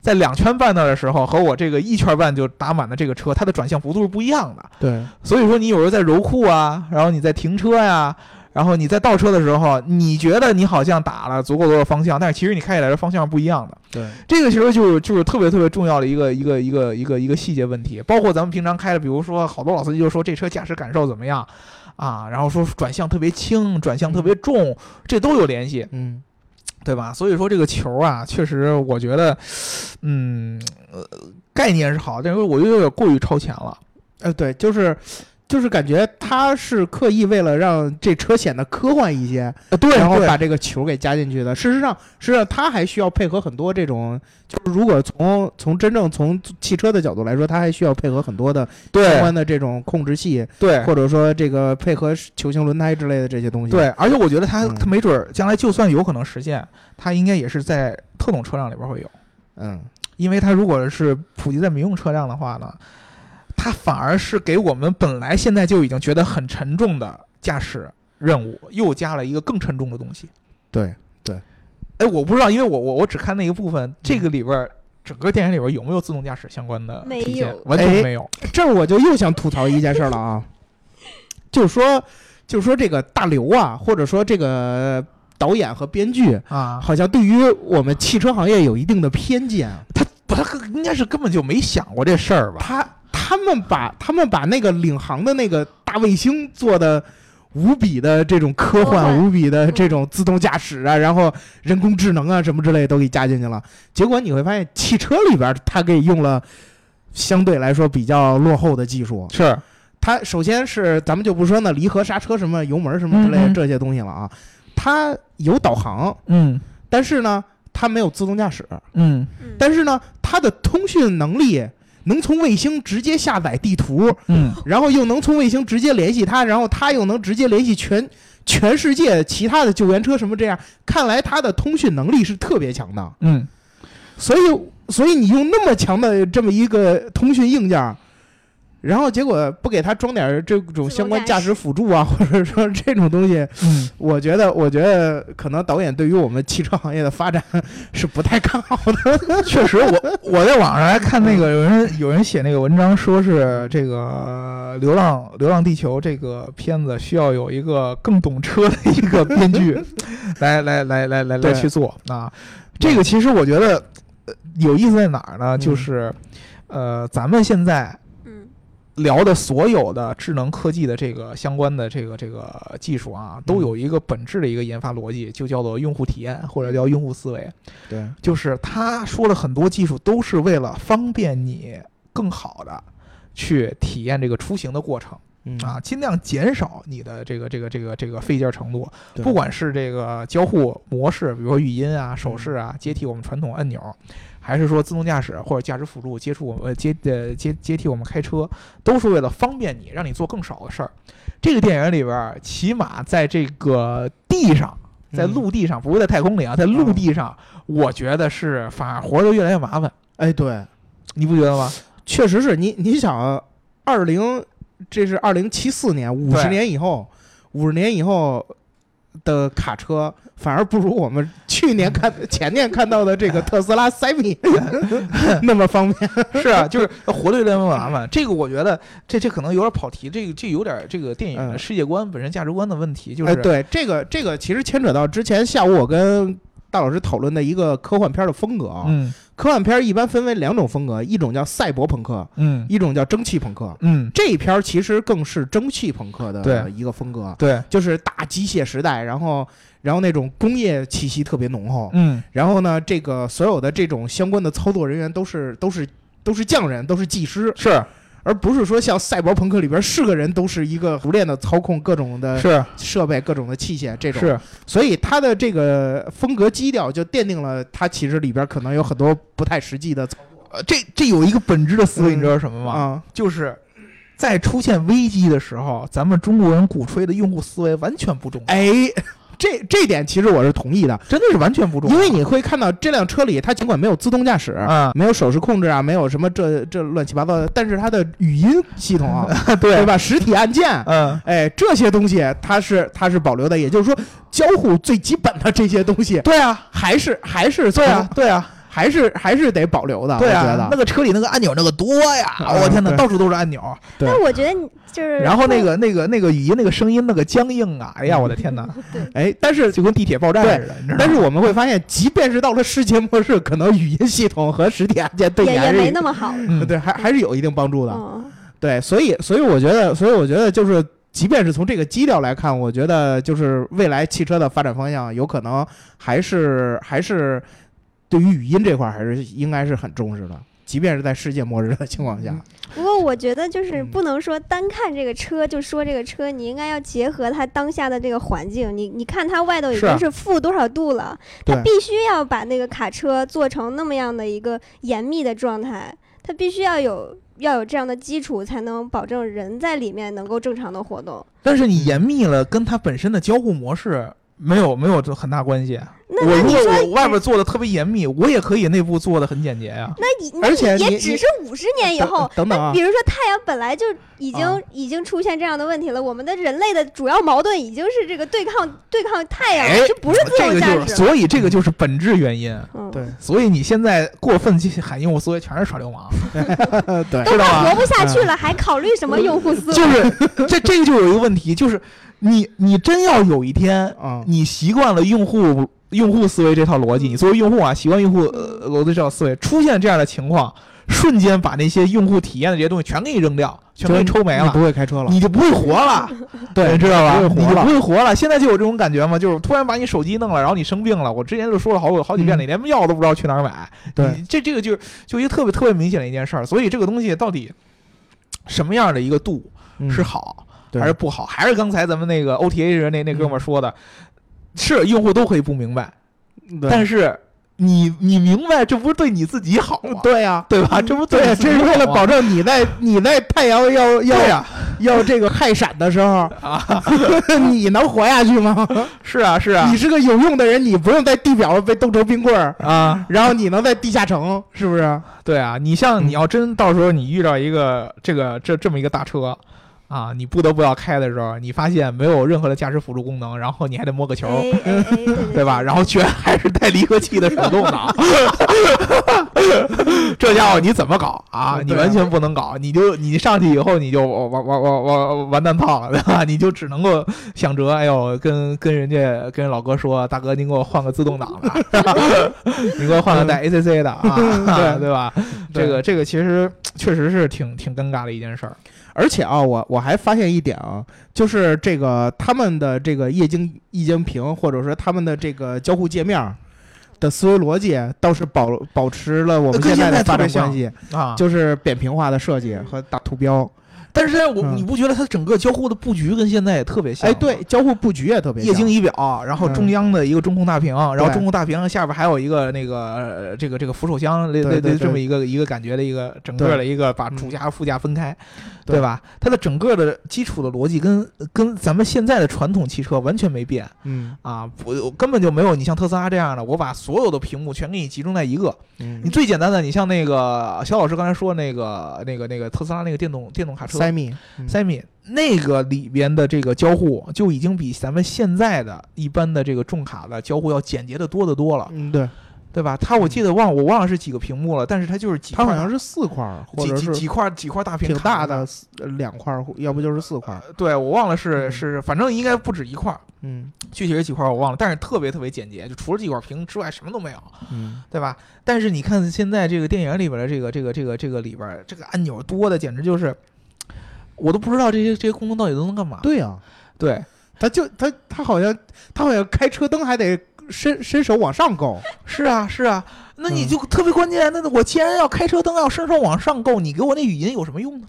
C: 在两圈半那儿的时候和我这个一圈半就打满的这个车，它的转向幅度是不一样的。
B: 对，
C: 所以说你有时候在柔库啊，然后你在停车呀、然后你在倒车的时候，你觉得你好像打了足够多的方向，但是其实你开起来的方向是不一样的。
B: 对，
C: 这个其实就是就是特别特别重要的一个一个一个一个一个细节问题，包括咱们平常开的，比如说好多老司机就说这车驾驶感受怎么样啊，然后说转向特别轻，转向特别重，这都有联系，
B: 嗯
C: 对吧？所以说这个球啊，确实我觉得，嗯，呃概念是好，但是我觉得有点过于超前了。
B: 呃对，就是就是感觉他是刻意为了让这车显得科幻一些，
C: 呃对，
B: 然后
C: 对
B: 把这个球给加进去的。事实上，事实上它还需要配合很多这种，就是如果从从真正从汽车的角度来说，它还需要配合很多的相
C: 对
B: 关的这种控制器，
C: 对
B: 或者说这个配合球形轮胎之类的这些东西。
C: 对，，而且我觉得它
B: 嗯
C: 它没准儿将来就算有可能实现，它应该也是在特种车辆里边会有。
B: 嗯，
C: 因为它如果是普及在民用车辆的话呢，它反而是给我们本来现在就已经觉得很沉重的驾驶任务又加了一个更沉重的东西。
B: 对，
C: 哎，我不知道，因为我我我只看那一部分，这个里边儿整个电影里边儿有没有自动驾驶相关的
A: 没
C: 体现
A: 有？
C: 完全
B: 哎
C: 没有。
B: 这儿我就又想吐槽一件事儿了啊，就是说，就是说这个大刘啊，或者说这个导演和编剧，
C: 啊，
B: 好像对于我们汽车行业有一定的偏见。啊
C: 不，他根应该是根本就没想过这事儿吧？
B: 他他们把他们把那个领航的那个大卫星做的无比的这种科
A: 科幻
B: 幻，无比的这种自动驾驶啊，然后人工智能啊什么之类都给加进去了。结果你会发现，汽车里边它给用了相对来说比较落后的技术。
C: 是，
B: 它首先是咱们就不说那离合、刹车什么、油门什么之类
C: 嗯
B: 的
C: 嗯
B: 这些东西了啊，它有导航，
C: 嗯
B: 但是呢，它没有自动驾驶。
C: 嗯
B: 但是呢，它的通讯能力能从卫星直接下载地图，
C: 嗯，
B: 然后又能从卫星直接联系它，然后它又能直接联系全全世界其他的救援车什么这样。看来它的通讯能力是特别强的，
C: 嗯，
B: 所以所以你用那么强的这么一个通讯硬件儿。然后结果不给它装点儿这种相关驾驶辅助啊， 或者说这种东西，
C: 嗯，
B: 我觉得，我觉得可能导演对于我们汽车行业的发展是不太看好的。
C: 确实我，我在网上还看那个有人有人写那个文章，说是这个《流浪流浪地球》这个片子需要有一个更懂车的一个编剧来来来来来来
B: 对
C: 去做啊。这个其实我觉得呃有意思在哪儿呢？就是呃，咱们现在
A: 嗯
C: 聊的所有的智能科技的这个相关的这个这个技术啊，都有一个本质的一个研发逻辑，就叫做用户体验或者叫用户思维。
B: 对，
C: 就是他说了很多技术都是为了方便你更好的去体验这个出行的过程
B: 嗯
C: 啊，，尽量减少你的这个这个这个这个费劲儿程度，
B: 对
C: 不管是这个交互模式，比如说语音啊、
B: 嗯
C: 手势啊，接替我们传统按钮。还是说自动驾驶或者驾驶辅助接触我们呃接呃接接替我们开车，都是为了方便你，让你做更少的事儿。这个电影里边儿，起码在这个地上在
B: 嗯
C: 陆地上，不是在太空里啊，在陆地上，我觉得是反而活得越来越麻烦，
B: 哎，对，
C: 你不觉得吗？
B: 确实是你，你想，二零，这是二零七四年，五
C: 对
B: 十年以后，五十年以后的卡车反而不如我们去年看、前年看到的这个特斯拉 s e m i 那么方便。
C: 是啊，就是活得越来越麻烦。这个我觉得这这可能有点跑题，这个这有点这个电影的
B: 嗯
C: 世界观本身价值观的问题，就是、
B: 哎，对，这个这个其实牵扯到之前下午我跟大老师讨论的一个科幻片的风格啊。
C: 嗯
B: 科幻片一般分为两种风格，一种叫赛博朋克，
C: 嗯
B: 一种叫蒸汽朋克。
C: 嗯，
B: 这一片儿其实更是蒸汽朋克的
C: 对
B: 一个风格。啊
C: 对，
B: 就是大机械时代，然后然后那种工业气息特别浓厚，
C: 嗯
B: 然后呢，这个所有的这种相关的操作人员都是都是都是匠人，都是技师
C: 是
B: 而不是说像赛博朋克里边是个人都是一个熟练的操控各种的
C: 是
B: 设备、各种的器哎械这种。
C: 是，
B: 所以他的这个风格基调就奠定了他其实里边可能有很多不太实际的操
C: 呃这这有一个本质的思维，
B: 嗯
C: 你知道是什么
B: 作
C: 吗？
B: 啊。
C: 就是在出现危机的时候，咱们中国人鼓吹的用户思维完全不重要，
B: 哎，这这点其实我是同意的，
C: 真的是完全不重啊要，
B: 因为你会看到这辆车里它尽管没有自动驾驶。
C: 啊，
B: 没有手势控制啊，没有什么这这乱七八糟的，但是它的语音系统啊，对
C: 对，
B: 吧？实体按键，
C: 嗯，
B: 哎，这些东西它是它是保留的，也就是说，交互最基本的这些东西
C: 对啊，
B: 还是还是
C: 对啊，，对啊。
B: 还是还是得保留的，
C: 对
B: 我觉
C: 啊，
B: 得。
C: 那个车里那个按钮那个多呀，
B: 嗯
C: 我天哪，
B: 对
C: 到处都是按钮。
B: 对
A: 但我觉得你就是，
C: 然后那个那个那个语音那个声音那个僵硬啊，哎呀，我的天哪，
B: 哎，但是
C: 就跟地铁报站似的，你知道
B: 但
C: 吗？
B: 是我们会发现，即便是到了世界末日，可能语音系统和实体按键对
A: 也
B: 你还
A: 也
B: 是
A: 没那么好。
C: 嗯
B: 对，还还是有一定帮助的。
A: 嗯，
B: 对，所以所以我觉得，所以我觉得就是，即便是从这个基调来看，我觉得就是未来汽车的发展方向，有可能还是还是对于语音这块儿，还是应该是很重视的。即便是在世界末日的情况下，
A: 不过我觉得就是
B: 嗯
A: 不能说单看这个车就说这个车，你应该要结合它当下的这个环境。你你看它外头已
B: 是啊
A: 经是负多少度了，它
B: 对
A: 必须要把那个卡车做成那么样的一个严密的状态，它必须要有要有这样的基础，才能保证人在里面能够正常的活动。
C: 但是你严密了，跟它本身的交互模式没有没有很大关系。啊
A: 那
C: 我
A: 那
C: 如
A: 你
C: 果
A: 说
C: 我外边做的特别严密，我也可以内部做的很简洁啊呀。
A: 那你那
B: 而且
A: 你
B: 你
A: 也只是五十年以
B: 等
A: 后。
B: 等等啊
A: 比，如说，太阳本来就已经、
B: 啊
A: 已经出现这样的问题了。我们的人类的主要矛盾已经是这个对抗对抗太阳，
C: 哎
A: 这不是自
C: 这
A: 由
C: 个
A: 价
C: 就是，
A: 值。
C: 所以这个就是本质原因。
A: 嗯，
B: 对
C: 所以你现在过分去喊用户思维，全是耍流氓，
B: 呃 对，
C: 知道吗？
A: 活不下去了，还考虑什么用户思维？
C: 就是这这个就有一个问题，就是你你真要有一天
B: 嗯，
C: 你习惯了用户用户思维这套逻辑，你作为用户啊习惯用户呃逻辑这套思维，出现这样的情况，瞬间把那些用户体验的这些东西全给你扔掉，全给你抽没
B: 你
C: 了
B: 不。会开车了，
C: 你就不会活 了，
B: 对
C: 你知道吧？
B: 不会
C: 你就
B: 活
C: 不
B: 了，
C: 会活了。现在就有这种感觉嘛，就是突然把你手机弄了，然后你生病了。我之前就说了好好几遍
B: 嗯
C: 了，你连药都不知道去哪儿买。
B: 对
C: 你，这这个就就一个特别特别明显的一件事儿。所以这个东西到底什么样的一个度
B: 嗯
C: 是好
B: 对
C: 还是不好？还是刚才咱们那个 OTA 人那那哥们儿说的，是用户都可以不明白，
B: 对
C: 但是你你明白，这不是对你自己好吗？
B: 对呀、
C: 对吧？这不是
B: 对，啊
C: 你
B: 这
C: 自己
B: 是为了
C: 好吗
B: 保证你在你在太阳要
C: 对啊
B: 要
C: 呀
B: 要这个氦闪的时候，
C: 啊，
B: 你能活下去 吗？
C: 是啊是啊
B: 你是个有用的人，你不用在地表上被冻成冰棍儿，
C: 啊，
B: 然后你能在地下城，是不是？
C: 对啊，你像
B: 嗯
C: 你要真到时候你遇到一个这个这这么一个大车。啊，你不得不要开的时候，你发现没有任何的驾驶辅助功能，然后你还得摸个球，
A: 哎哎哎，对
C: 对吧？？然后居然还是带离合器的手动挡， 这家伙你怎么搞啊？
B: 嗯
C: 你
B: 对啊
C: 完全不能搞，你就你上去以后你就完完完完完蛋炮了，对吧？你就只能够想着，哎呦，跟跟人家跟老哥说，大哥，您给我换个自动挡 的，你给我换个带 ACC 的 啊，
B: 对
C: 嗯对吧？
B: 对
C: 这个这个其实确实是挺挺尴尬的一件事儿，
B: 而且啊，我我还发现一点啊，就是这个他们的这个液晶液晶屏，或者说他们的这个交互界面儿的思维逻辑，倒是保保持了我们
C: 跟
B: 现在
C: 现在
B: 的发
C: 特 别
B: 展关系，
C: 啊，
B: 就是扁平化的设计和大图标。
C: 但是我
B: 嗯
C: 你不觉得它整个交互的布局跟现在也特别像？
B: 哎，对，，交互布局也特别
C: 液
B: 像
C: 晶仪表，然后中央的一个中控大屏，然后
B: 对
C: 中控大屏下边还有一个那个呃这个这个扶手箱，类类
B: 对对
C: 类
B: 对
C: 这么一个一个感觉的一个整个
B: 对
C: 的一个把
B: 嗯
C: 主驾和副驾分开，
B: 对
C: 对吧？它的整个的基础的逻辑跟跟咱们现在的传统汽车完全没变
B: 嗯
C: 啊，不根本就没有你像特斯拉这样的，我把所有的屏幕全给你集中在一个。你
B: 嗯
C: 最简单的，你像那个肖老师刚才说那个那个那个特斯拉那个电动电动卡车，
B: 塞米，
C: 塞米那个里边的这个交互就已经比咱们现在的一般的这个重卡的交互要简洁的多得多了，
B: 嗯，对，
C: 对吧？它我记得忘我忘了是几个屏幕了，但是它就是几
B: 它
C: 块，
B: 好像是四块儿，啊或
C: 几
B: 者
C: 几
B: 是
C: 几块几块大屏，
B: 挺大的。四呃两块儿，要不就是四块儿。
C: 对，我忘了是
B: 嗯
C: 是，反正应该不止一块，
B: 嗯
C: 具体是几块我忘了，但是特别特别简洁，就除了几块屏之外什么都没有，
B: 嗯，
C: 对吧？但是你看现在这个电影里边的这个这个这个这个里边儿这个按钮多的简直就是，我都不知道这些这些功能到底都能干嘛。
B: 对呀、啊，
C: 对，
B: 他就他他好像他好像开车灯还得伸伸手往上够，
C: 是啊，是啊，那你
B: 嗯
C: 就特别关键。那我既然要开车灯，要伸手往上够，你给我那语音有什么用呢？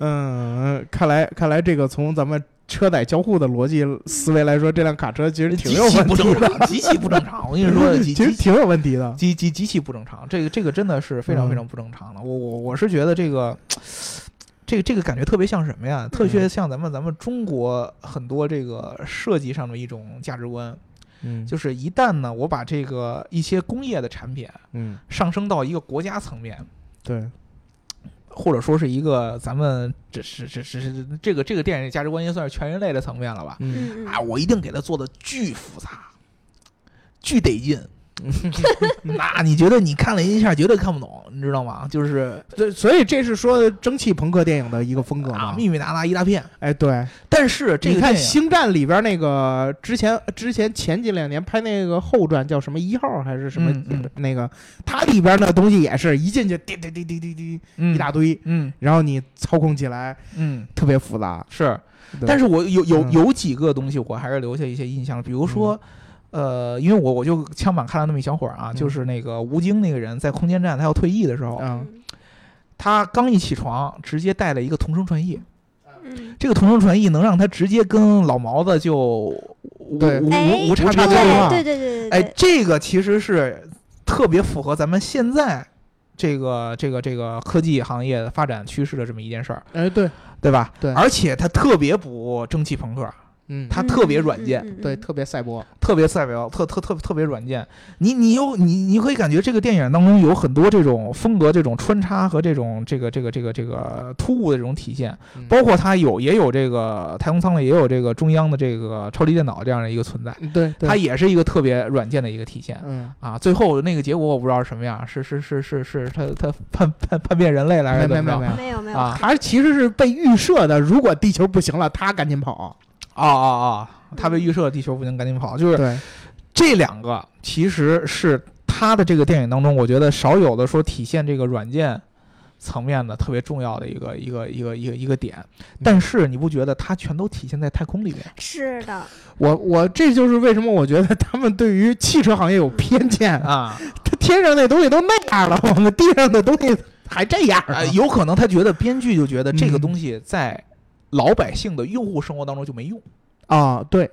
B: 嗯，看来看来这个从咱们车载交互的逻辑思维来说，这辆卡车其实挺
C: 极
B: 有
C: 其
B: 问
C: 不
B: 题
C: 正
B: 的，
C: 常，极其不正常。我跟你说，极
B: 其实
C: 极
B: 挺有问题的。
C: 极极极其不正常。这个这个真的是非常
B: 嗯
C: 非常不正常的。我我我是觉得这个。这个这个感觉特别像什么呀？特
B: 嗯
C: 别像咱们咱们中国很多这个设计上的一种价值观，
B: 嗯
C: 就是一旦呢，我把这个一些工业的产品
B: 嗯，
C: 上升到一个国家层面，
B: 对，
C: 或者说是一个咱们这是这是这是这个这个电影价值观也算是全人类的层面了吧？
A: 嗯
B: 嗯
C: 啊，我一定给它做的巨复杂，巨得劲。 那你觉得你看了一下，绝对看不懂，你知道吗？就是
B: 对，所以这是说蒸汽朋克电影的一个风格
C: 啊，
B: 嘛？
C: 密密麻麻一大片。
B: 哎，对，
C: 但是这
B: 你
C: 个
B: 看《
C: 电影
B: 星战》里边那个之前之前前几两年拍那个后传叫什么一号还是什么、
C: 嗯嗯
B: 那个，它里边的东西也是一进去滴滴滴滴滴滴
C: 嗯
B: 一大堆，
C: 嗯
B: 然后你操控起来
C: 嗯
B: 特别复杂。
C: 是，
B: 对
C: 但是我有有
B: 嗯
C: 有几个东西我还是留下一些印象，比如说。呃，因为我我就枪版看了那么一小会儿啊，
B: 嗯
C: 就是那个吴京那个人在空间站他要退役的时候，
B: 嗯，
C: 他刚一起床，直接带了一个同声传译。
A: 嗯，
C: 这个同声传译能让他直接跟老毛子就无
B: 对
C: 无
A: 哎
C: 无无差
B: 插
C: 别
B: 队
C: 对话。
A: 对对对对
C: 哎
A: 对，，
C: 这个其实是特别符合咱们现在这个这个这个科技行业发展趋势的这么一件事儿，
B: 哎，对，
C: 对吧？
B: 对
C: 而且它特别不蒸汽朋克，
B: 嗯，
C: 他特别软件
A: 嗯，嗯
B: 对
A: 嗯嗯
B: 特别赛博，
C: 特别赛博，特特特特别软件。你你有你你可以感觉这个电影当中有很多这种风格、这种穿插和这种这个这个这个这个突兀的这种体现，
B: 嗯
C: 包括它有也有这个太空舱里也有这个中央的这个超级电脑这样的一个存在，
B: 嗯对，对
C: 它也是一个特别软件的一个体现。
B: 嗯，
C: 啊，最后那个结果我不知道是什么样，是是是是是他他叛叛叛变人类来
B: 没
C: 着？
B: 没
C: 怎么
B: 没
C: 着？
B: 没，
A: 没有没有
C: 啊
B: 它其实是被预设的，如果地球不行了，他赶紧跑。
C: 哦哦哦，他被预设地球不行，赶紧跑。就是
B: 对，
C: 这两个其实是他的这个电影当中，我觉得少有的说体现这个软件层面的特别重要的一个一个一个一个一个点。但是你不觉得它全都体现在太空里面？
A: 是的，
B: 我我这就是为什么我觉得他们对于汽车行业有偏见，
C: 啊，
B: 他天上那东西都那样了，我们地上的东西还这样啊
C: 呃，有可能他觉得编剧就觉得这个
B: 嗯
C: 东西在老百姓的用户生活当中就没用。
B: 啊？对，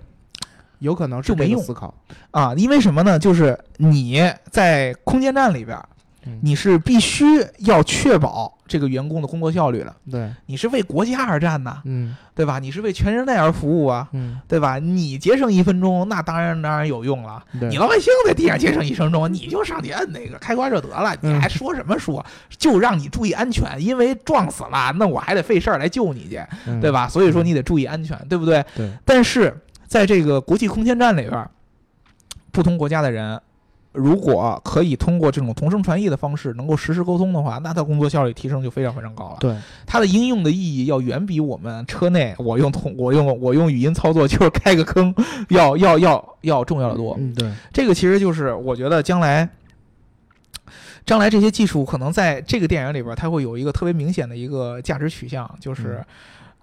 B: 有可能是
C: 就没
B: 这个
C: 用
B: 思考。
C: 啊，因为什么呢？就是你在空间站里边儿，
B: 嗯
C: 你是必须要确保这个员工的工作效率了。
B: 对，
C: 你是为国家而战呐，
B: 嗯
C: 对吧？你是为全人类而服务啊，
B: 嗯，
C: 对吧？你节省一分钟，那当然当然有用了。
B: 对
C: 你老百姓在地上节省一分钟，你就上去摁那个开关就得了，你
B: 嗯
C: 还说什么说？就让你注意安全，因为撞死了，那我还得费事儿来救你去，对
B: 吧？
C: 吧？所以说你得注意安全，对不对？
B: 嗯对，
C: 但是在这个国际空间站里边儿，不同国家的人如果可以通过这种同声传译的方式能够实时沟通的话，那他工作效率提升就非常非常高了。
B: 对，
C: 它的应用的意义要远比我们车内我用通我用我用语音操作就是开个坑 要要要要重要的多。
B: 嗯对，
C: 这个其实就是我觉得将来。将来这些技术可能在这个电影里边儿，它会有一个特别明显的一个价值取向，就是
B: 嗯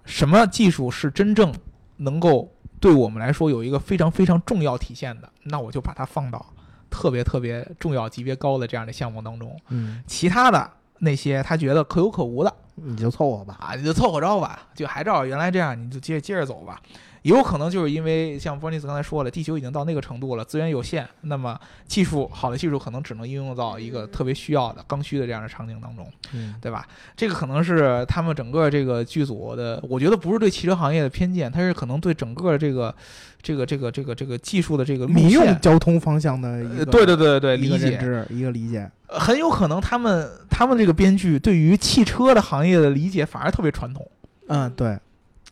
C: 什么技术是真正能够对我们来说有一个非常非常重要体现的，那我就把它放到特别特别重要、级别高的这样的项目当中。
B: 嗯，
C: 其他的那些他觉得可有可无的
B: 你就凑合吧。
C: 啊，你就凑合着吧，就还照原来这样，你就接接着走吧。也有可能就是因为像 b o n i s 刚才说了，地球已经到那个程度了，资源有限，那么技术好的技术可能只能应用到一个特别需要的刚需的这样的场景当中。
B: 嗯
C: 对吧？这个可能是他们整个这个剧组的，我觉得不是对汽车行业的偏见，它是可能对整个这个这个这个这个这个技术的这个路
B: 民用
C: 线
B: 交通方向的一个
C: 呃对对对对，
B: 一个
C: 理
B: 认
C: 解
B: 知一个理解。
C: 呃很有可能他们他们这个编剧对于汽车的行业的理解反而特别传统，
B: 嗯，对，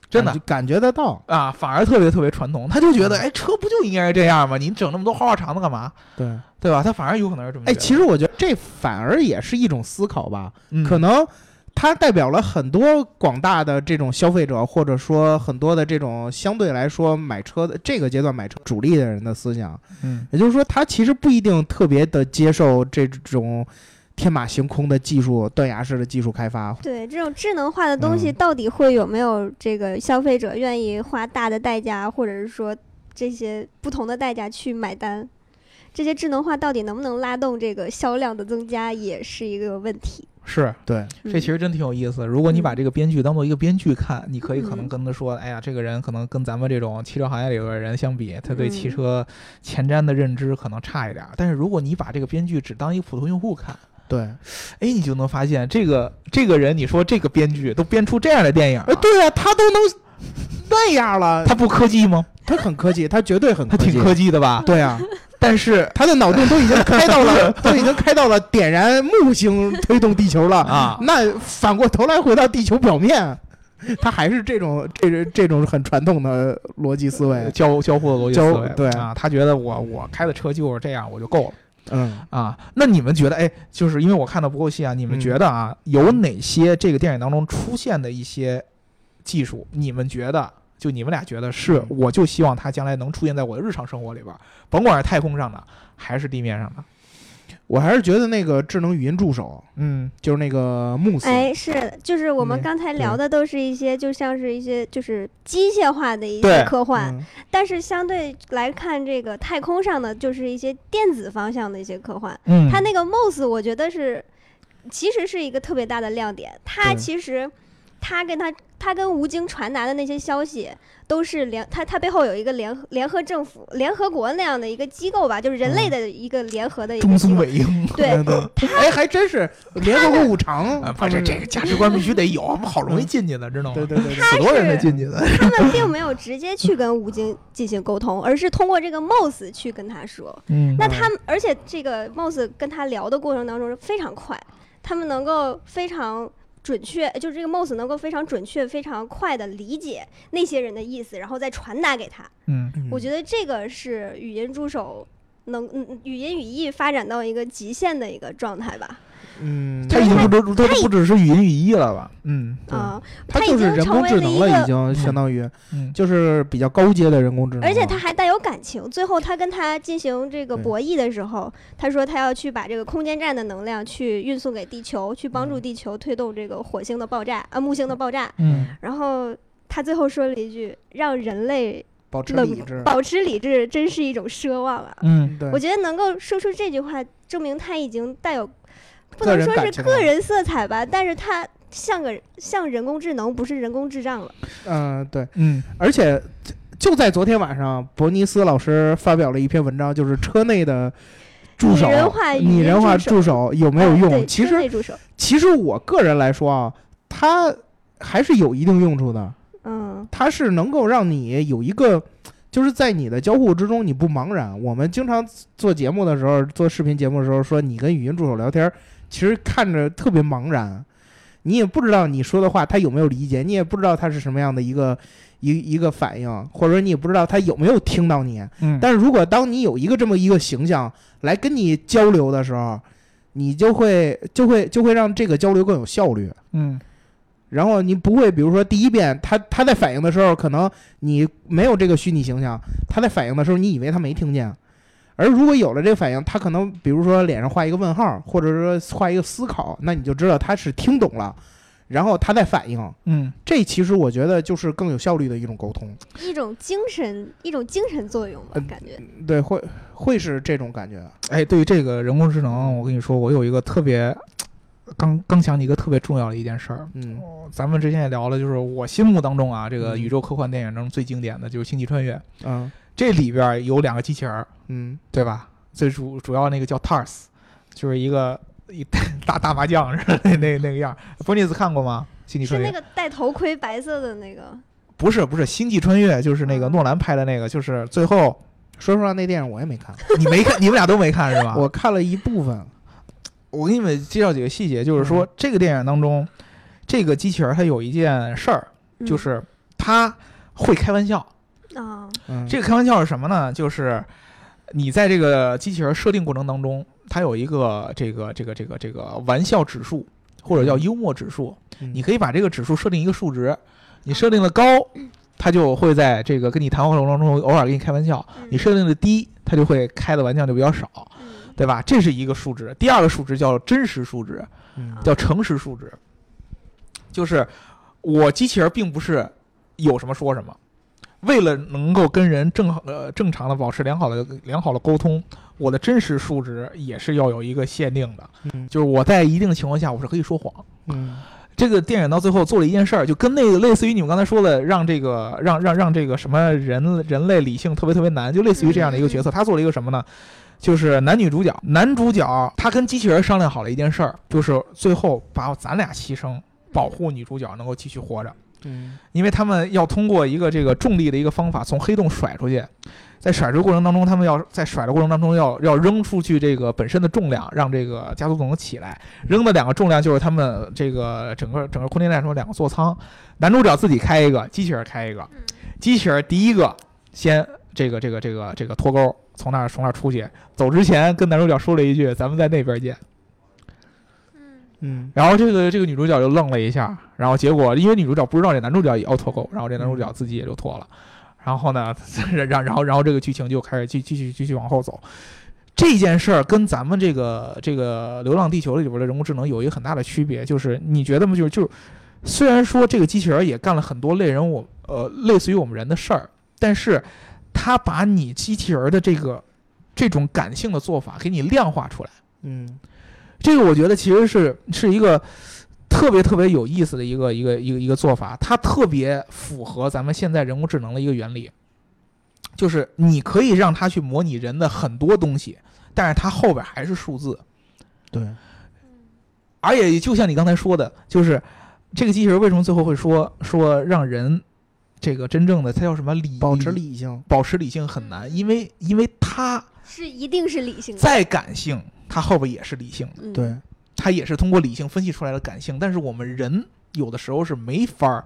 C: 真的
B: 感觉感觉得到。
C: 啊，反而特别特别传统，他就觉得
B: 嗯
C: 哎，车不就应该是这样吗？你整那么多花花肠子干嘛？
B: 对，
C: 对吧？他反而有可能是这么
B: 哎，
C: 觉得
B: 其实我觉得这反而也是一种思考吧，
C: 嗯
B: 可能。它代表了很多广大的这种消费者，或者说很多的这种相对来说买车的这个阶段买车主力的人的思想。
C: 嗯
B: 也就是说，他其实不一定特别的接受这种天马行空的技术、断崖式的技术开发。
A: 对这种智能化的东西，
B: 嗯
A: 到底会有没有这个消费者愿意花大的代价，或者是说这些不同的代价去买单。这些智能化到底能不能拉动这个销量的增加，也是一个问题。
C: 是，
B: 对，
A: 嗯、
C: 这其实真挺有意思。如果你
A: 嗯
C: 把这个编剧当做一个编剧看，你可以可能
A: 嗯
C: 跟他说：“哎呀，这个人可能跟咱们这种汽车行业里边的人相比，他对汽
A: 嗯
C: 车前瞻的认知可能差一点儿。”但是如果你把这个编剧只当一个普通用户看，
B: 对，
C: 哎，你就能发现这个这个人，你说这个编剧都编出这样的电影了，
B: 哎，对啊，他都能那样了，
C: 他不科技吗？
B: 他很科技，他绝对很
C: 他挺
B: 科技，
C: 科技的吧？
B: 对啊，
C: 但是
B: 他的脑洞都已经开到 了，都已经开到了点燃木星推动地球了
C: 啊
B: 那反过头来回到地球表 面，他还是这种这这种很传统的逻辑思维。
C: 呃交交互的逻辑
B: 交
C: 思维，
B: 对
C: 啊，他觉得我我开的车就是这样，我就够了。
B: 嗯
C: 啊，那你们觉得，哎，就是因为我看的不够细啊，你们
B: 嗯
C: 觉得啊，有哪些这个电影当中出现的一些技术，你们觉得，就你们俩觉得是
B: 嗯，
C: 我就希望它将来能出现在我的日常生活里边儿，甭管是太空上的还是地面上的，
B: 我还是觉得那个智能语音助手，
C: 嗯，
B: 就是那个慕斯，
A: 哎，是，就是我们
B: 嗯
A: 刚才聊
B: 对
A: 的都是一些，就像是一些就是机械化的一
C: 对
A: 些科幻，
B: 嗯
A: 但是相对来看，这个太空上的就是一些电子方向的一些科幻。
C: 嗯
A: 它那个 MOS，我觉得是其实是一个特别大的亮点。它
B: 对
A: 其实，它跟它它跟吴京传达的那些消息，都是联它它背后有一个联合联合政府、联合国那样的一个机构吧，就是人类的一个联合的一个
C: 嗯
A: 机
C: 中苏
A: 构。
C: 美英。
A: 对，
B: 哎，还真是联合国 五常
C: 啊，，反正这个价值观必须得有，我们好容易进去的，知道 吗？
B: 对对对对，
C: 好多人才
A: 是
C: 进去的。
A: 他 们并没有直接去跟吴京进行沟通，而是通过这个 MOS 去跟他说。
C: 嗯
A: 那他们，而且这个 MOS 跟他聊的过程当中是非常快，他们能够非常准确，就是这个 MOS 能够非常准确、非常快的理解那些人的意思，然后再传达给他。
C: 嗯，
A: 我觉得这个是语音助手能嗯嗯语音语义发展到一个极限的一个状态吧。
B: 嗯，
C: 他
A: 对
C: 已经
A: 它
C: 不只，他都不只是语音语义了吧？嗯
B: 对
A: 啊、
B: 他
A: 它已
B: 就是
A: 经
B: 人
A: 成
B: 工
A: 为
B: 智
A: 了
B: 能
A: 一
B: 了，已
A: 个
B: 经相
C: 嗯
B: 当于
C: 嗯，
B: 就是比较高阶的人工智能了，
A: 而且他还带有感情。最后他跟他进行这个
B: 嗯对
A: 博弈的时候，他说他要去把这个空间站的能量去运送给地球，去帮助
B: 嗯
A: 地球推动这个火星的爆炸啊木星的爆炸。
C: 嗯，
A: 然后他最后说了一句：“让人类
B: 保持理智
A: 冷，保持理智，真是一种奢望啊！”
C: 嗯，
B: 对
A: 我，觉得能够说出这句话，证明他已经带有不
B: 个
A: 能
B: 人
A: 说
B: 感
A: 是
B: 情
A: 个
B: 了
A: 人色彩吧，但是他像个像人工智能，不是人工智障了。
B: 嗯、对，
C: 嗯，
B: 而且就就在昨天晚上，伯尼斯老师发表了一篇文章，就是车内的助手
A: 拟人化语音
B: 拟人化
A: 助手
B: 助手有没有
A: 啊
B: 用？
A: 对
B: 其
A: 车
B: 实
A: 内助手，
B: 其实我个人来说啊，它还是有一定用处的，
A: 嗯
B: 它是能够让你有一个。就是在你的交互之中，你不茫然。我们经常做节目的时候，做视频节目的时候，说你跟语音助手聊天，其实看着特别茫然，你也不知道你说的话他有没有理解，你也不知道他是什么样的一个一一个反应，或者说你也不知道他有没有听到你。
C: 嗯，
B: 但是如果当你有一个这么一个形象来跟你交流的时候，你就会就会就会让这个交流更有效率。
C: 嗯，
B: 然后你不会，比如说第一遍他他在反应的时候，可能你没有这个虚拟形象，他在反应的时候，你以为他没听见。而如果有了这个反应，他可能比如说脸上画一个问号，或者说画一个思考，那你就知道他是听懂了，然后他在反应。
C: 嗯，
B: 这其实我觉得就是更有效率的一种沟通，
A: 一种精神，一种精神作用吧
B: 呃，
A: 感觉。
B: 对，会会是这种感觉。
C: 哎，对于这个人工智能，我跟你说，我有一个特别刚刚想起一个特别重要的一件事儿。
B: 嗯
C: 咱们之前也聊了，就是我心目当中啊，这个
B: 嗯
C: 宇宙科幻电影中最经典的就是《星际穿越》，
B: 嗯
C: 这里边儿有两个机器人儿，
B: 嗯
C: 对吧？最主主要那个叫 TARS，就是一个一 大大麻将似的那那那个样儿。波尼斯看过吗？《星际
A: 是
C: 穿越
A: 那》个戴头盔白色的那个，
C: 不是不是《星际穿越》，就是那个
A: 嗯
C: 诺兰拍的那个，就是最后
B: 说实话，那电影我也没 看，
C: 你没看，你们俩都没看是吧？
B: 我看了一部分。
C: 我给你们介绍几个细节，就是说、
B: 嗯
C: 这个电影当中，这个机器人它有一件事儿，
A: 嗯
C: 就是它会开玩笑。
A: 啊，
B: 嗯，
C: 这个开玩笑是什么呢？就是你在这个机器人设定过程当中，它有一个这个这个这个这个玩笑指数，或者叫幽默指数。
B: 嗯
C: 你可以把这个指数设定一个数值，你设定的高，它就会在这个跟你谈话过程中偶尔给你开玩笑；
A: 嗯
C: 你设定的低，它就会开的玩笑就比较少，
A: 嗯
C: 对吧？这是一个数值。第二个数值叫真实数值。
B: 嗯
C: 叫诚实数值，就是我机器人并不是有什么说什么。为了能够跟人正好呃正常的保持良好的良好的沟通，我的真实数值也是要有一个限定的，
B: 嗯
C: 就是我在一定情况下我是可以说谎。
B: 嗯
C: 这个电影到最后做了一件事儿，就跟那个类似于你们刚才说的，让这个让让让这个什么人人类理性特别特别难，就类似于这样的一个角色，他做了一个什么呢？就是男女主角，男主角他跟机器人商量好了一件事儿，就是最后把咱俩牺牲，保护女主角能够继续活着，
B: 嗯
C: 因为他们要通过一个这个重力的一个方法从黑洞甩出去，在甩出过程当中，他们要在甩的过程当中要要扔出去这个本身的重量，让这个加速度能起来。扔的两个重量就是他们这个整个整个空间站中两个座舱，男主角自己开一个，机器人开一个，机器人第一个先这个这个这个这个脱钩，从那儿从那儿出去，走之前跟男主角说了一句：“咱们在那边见。”
A: 嗯
B: 嗯
C: 然后这个这个女主角就愣了一下，然后结果因为女主角不知道这男主角也要脱钩，然后这男主角自己也就脱了，然后呢， 然然后然后这个剧情就开始继继续继续往后走。这件事儿跟咱们这个这个《流浪地球》里边的人工智能有一个很大的区别，就是你觉得吗？就是就是，虽然说这个机器人也干了很多类人我呃类似于我们人的事儿，但是它把你机器人的这个这种感性的做法给你量化出来。
B: 嗯
C: 这个我觉得其实是是一个特别特别有意思的一个一个一个一个做法，它特别符合咱们现在人工智能的一个原理，就是你可以让它去模拟人的很多东西，但是它后边还是数字，
B: 对，
C: 而且就像你刚才说的，就是这个机器人为什么最后会说说让人这个真正的它叫什么理
B: 保持理性，
C: 保持理性很难，因为因为它
A: 是一定是理性的。
C: 再感性，它后边也是理性的。
A: 嗯，
B: 对，
C: 它也是通过理性分析出来的感性，但是我们人有的时候是没法儿，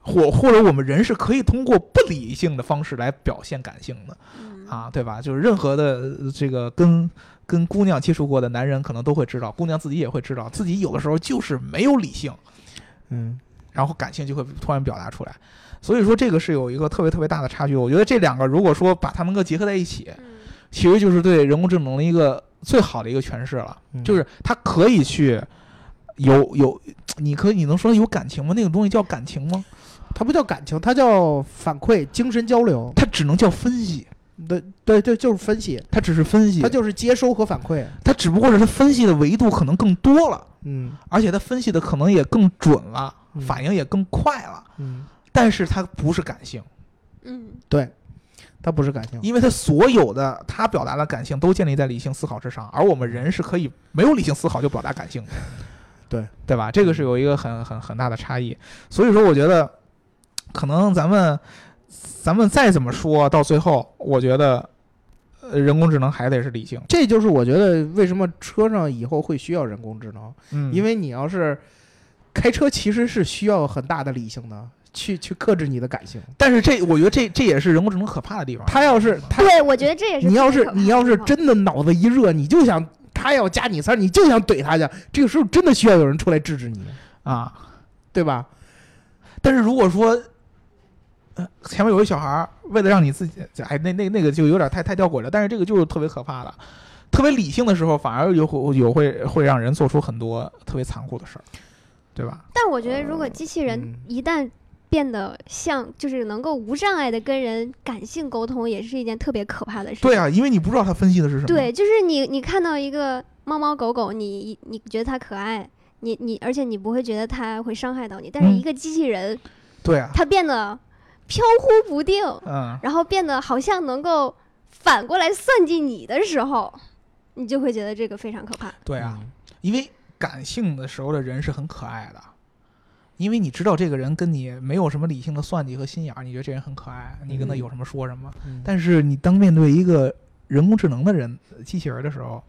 C: 或或者我们人是可以通过不理性的方式来表现感性的
A: 嗯
C: 啊，对吧？就是任何的呃这个跟跟姑娘接触过的男人可能都会知道，姑娘自己也会知道，自己有的时候就是没有理性，
B: 嗯
C: 然后感性就会突然表达出来。所以说，这个是有一个特别特别大的差距。我觉得这两个如果说把它们够结合在一起，
A: 嗯
C: 其实就是对人工智能的一个最好的一个诠释了。
B: 嗯
C: 就是它可以去有有，你可以你能说有感情吗？那个东西叫感情吗？
B: 它不叫感情，它叫反馈、精神交流。
C: 它只能叫分析，
B: 对对对，就是分析，
C: 它只是分析，
B: 它就是接收和反馈。
C: 它只不过是它分析的维度可能更多了，
B: 嗯
C: 而且它分析的可能也更准了，
B: 嗯
C: 反应也更快了，
B: 嗯，
C: 但是它不是感性，
A: 嗯
B: 对，它不是感情。
C: 因为它所有的它表达的感性都建立在理性思考之上，而我们人是可以没有理性思考就表达感性的，
B: 对
C: 对吧？这个是有一个很很很大的差异，所以说我觉得可能咱们咱们再怎么说到最后，我觉得呃人工智能还得是理性，
B: 这就是我觉得为什么车上以后会需要人工智能，
C: 嗯
B: 因为你要是开车，其实是需要很大的理性的，去去克制你的感性。
C: 但是这我觉得这这也是人工智能可怕的地方，
B: 他要是他，
A: 对，我觉得这也是
B: 你要
A: 最
B: 是
A: 可怕
B: 你
A: 的
B: 要
A: 地
B: 是
A: 方
B: 真的脑子一热，你就想他要加你三儿，你就想怼他去，这个时候真的需要有人出来制止你，
C: 啊，
B: 对吧？
C: 但是如果说，呃，前面有一小孩儿，为了让你自己，哎，那那那个就有点太太吊诡了。但是这个就是特别可怕的，特别理性的时候，反而有会有会会让人做出很多特别残酷的事儿，对吧？
A: 但我觉得，如果机器人
B: 嗯
A: 一旦变得像，就是能够无障碍的跟人感性沟通，也是一件特别可怕的事情。
C: 对啊，因为你不知道他分析的是什么。
A: 对，就是你你看到一个猫猫狗狗，你你觉得它可爱，你你而且你不会觉得它会伤害到你，但是
C: 嗯
A: 一个机器人，
C: 对啊，
A: 它变得飘忽不定，
C: 嗯，
A: 然后变得好像能够反过来算计你的时候，你就会觉得这个非常可怕。
C: 对啊，，
B: 嗯
C: 因为感性的时候的人是很可爱的。因为你知道这个人跟你没有什么理性的算计和心眼儿，你觉得这人很可爱，你跟他
B: 嗯
C: 有什么说什么。
B: 嗯
C: 但是你当面对一个人工智能的人、机器人的时候，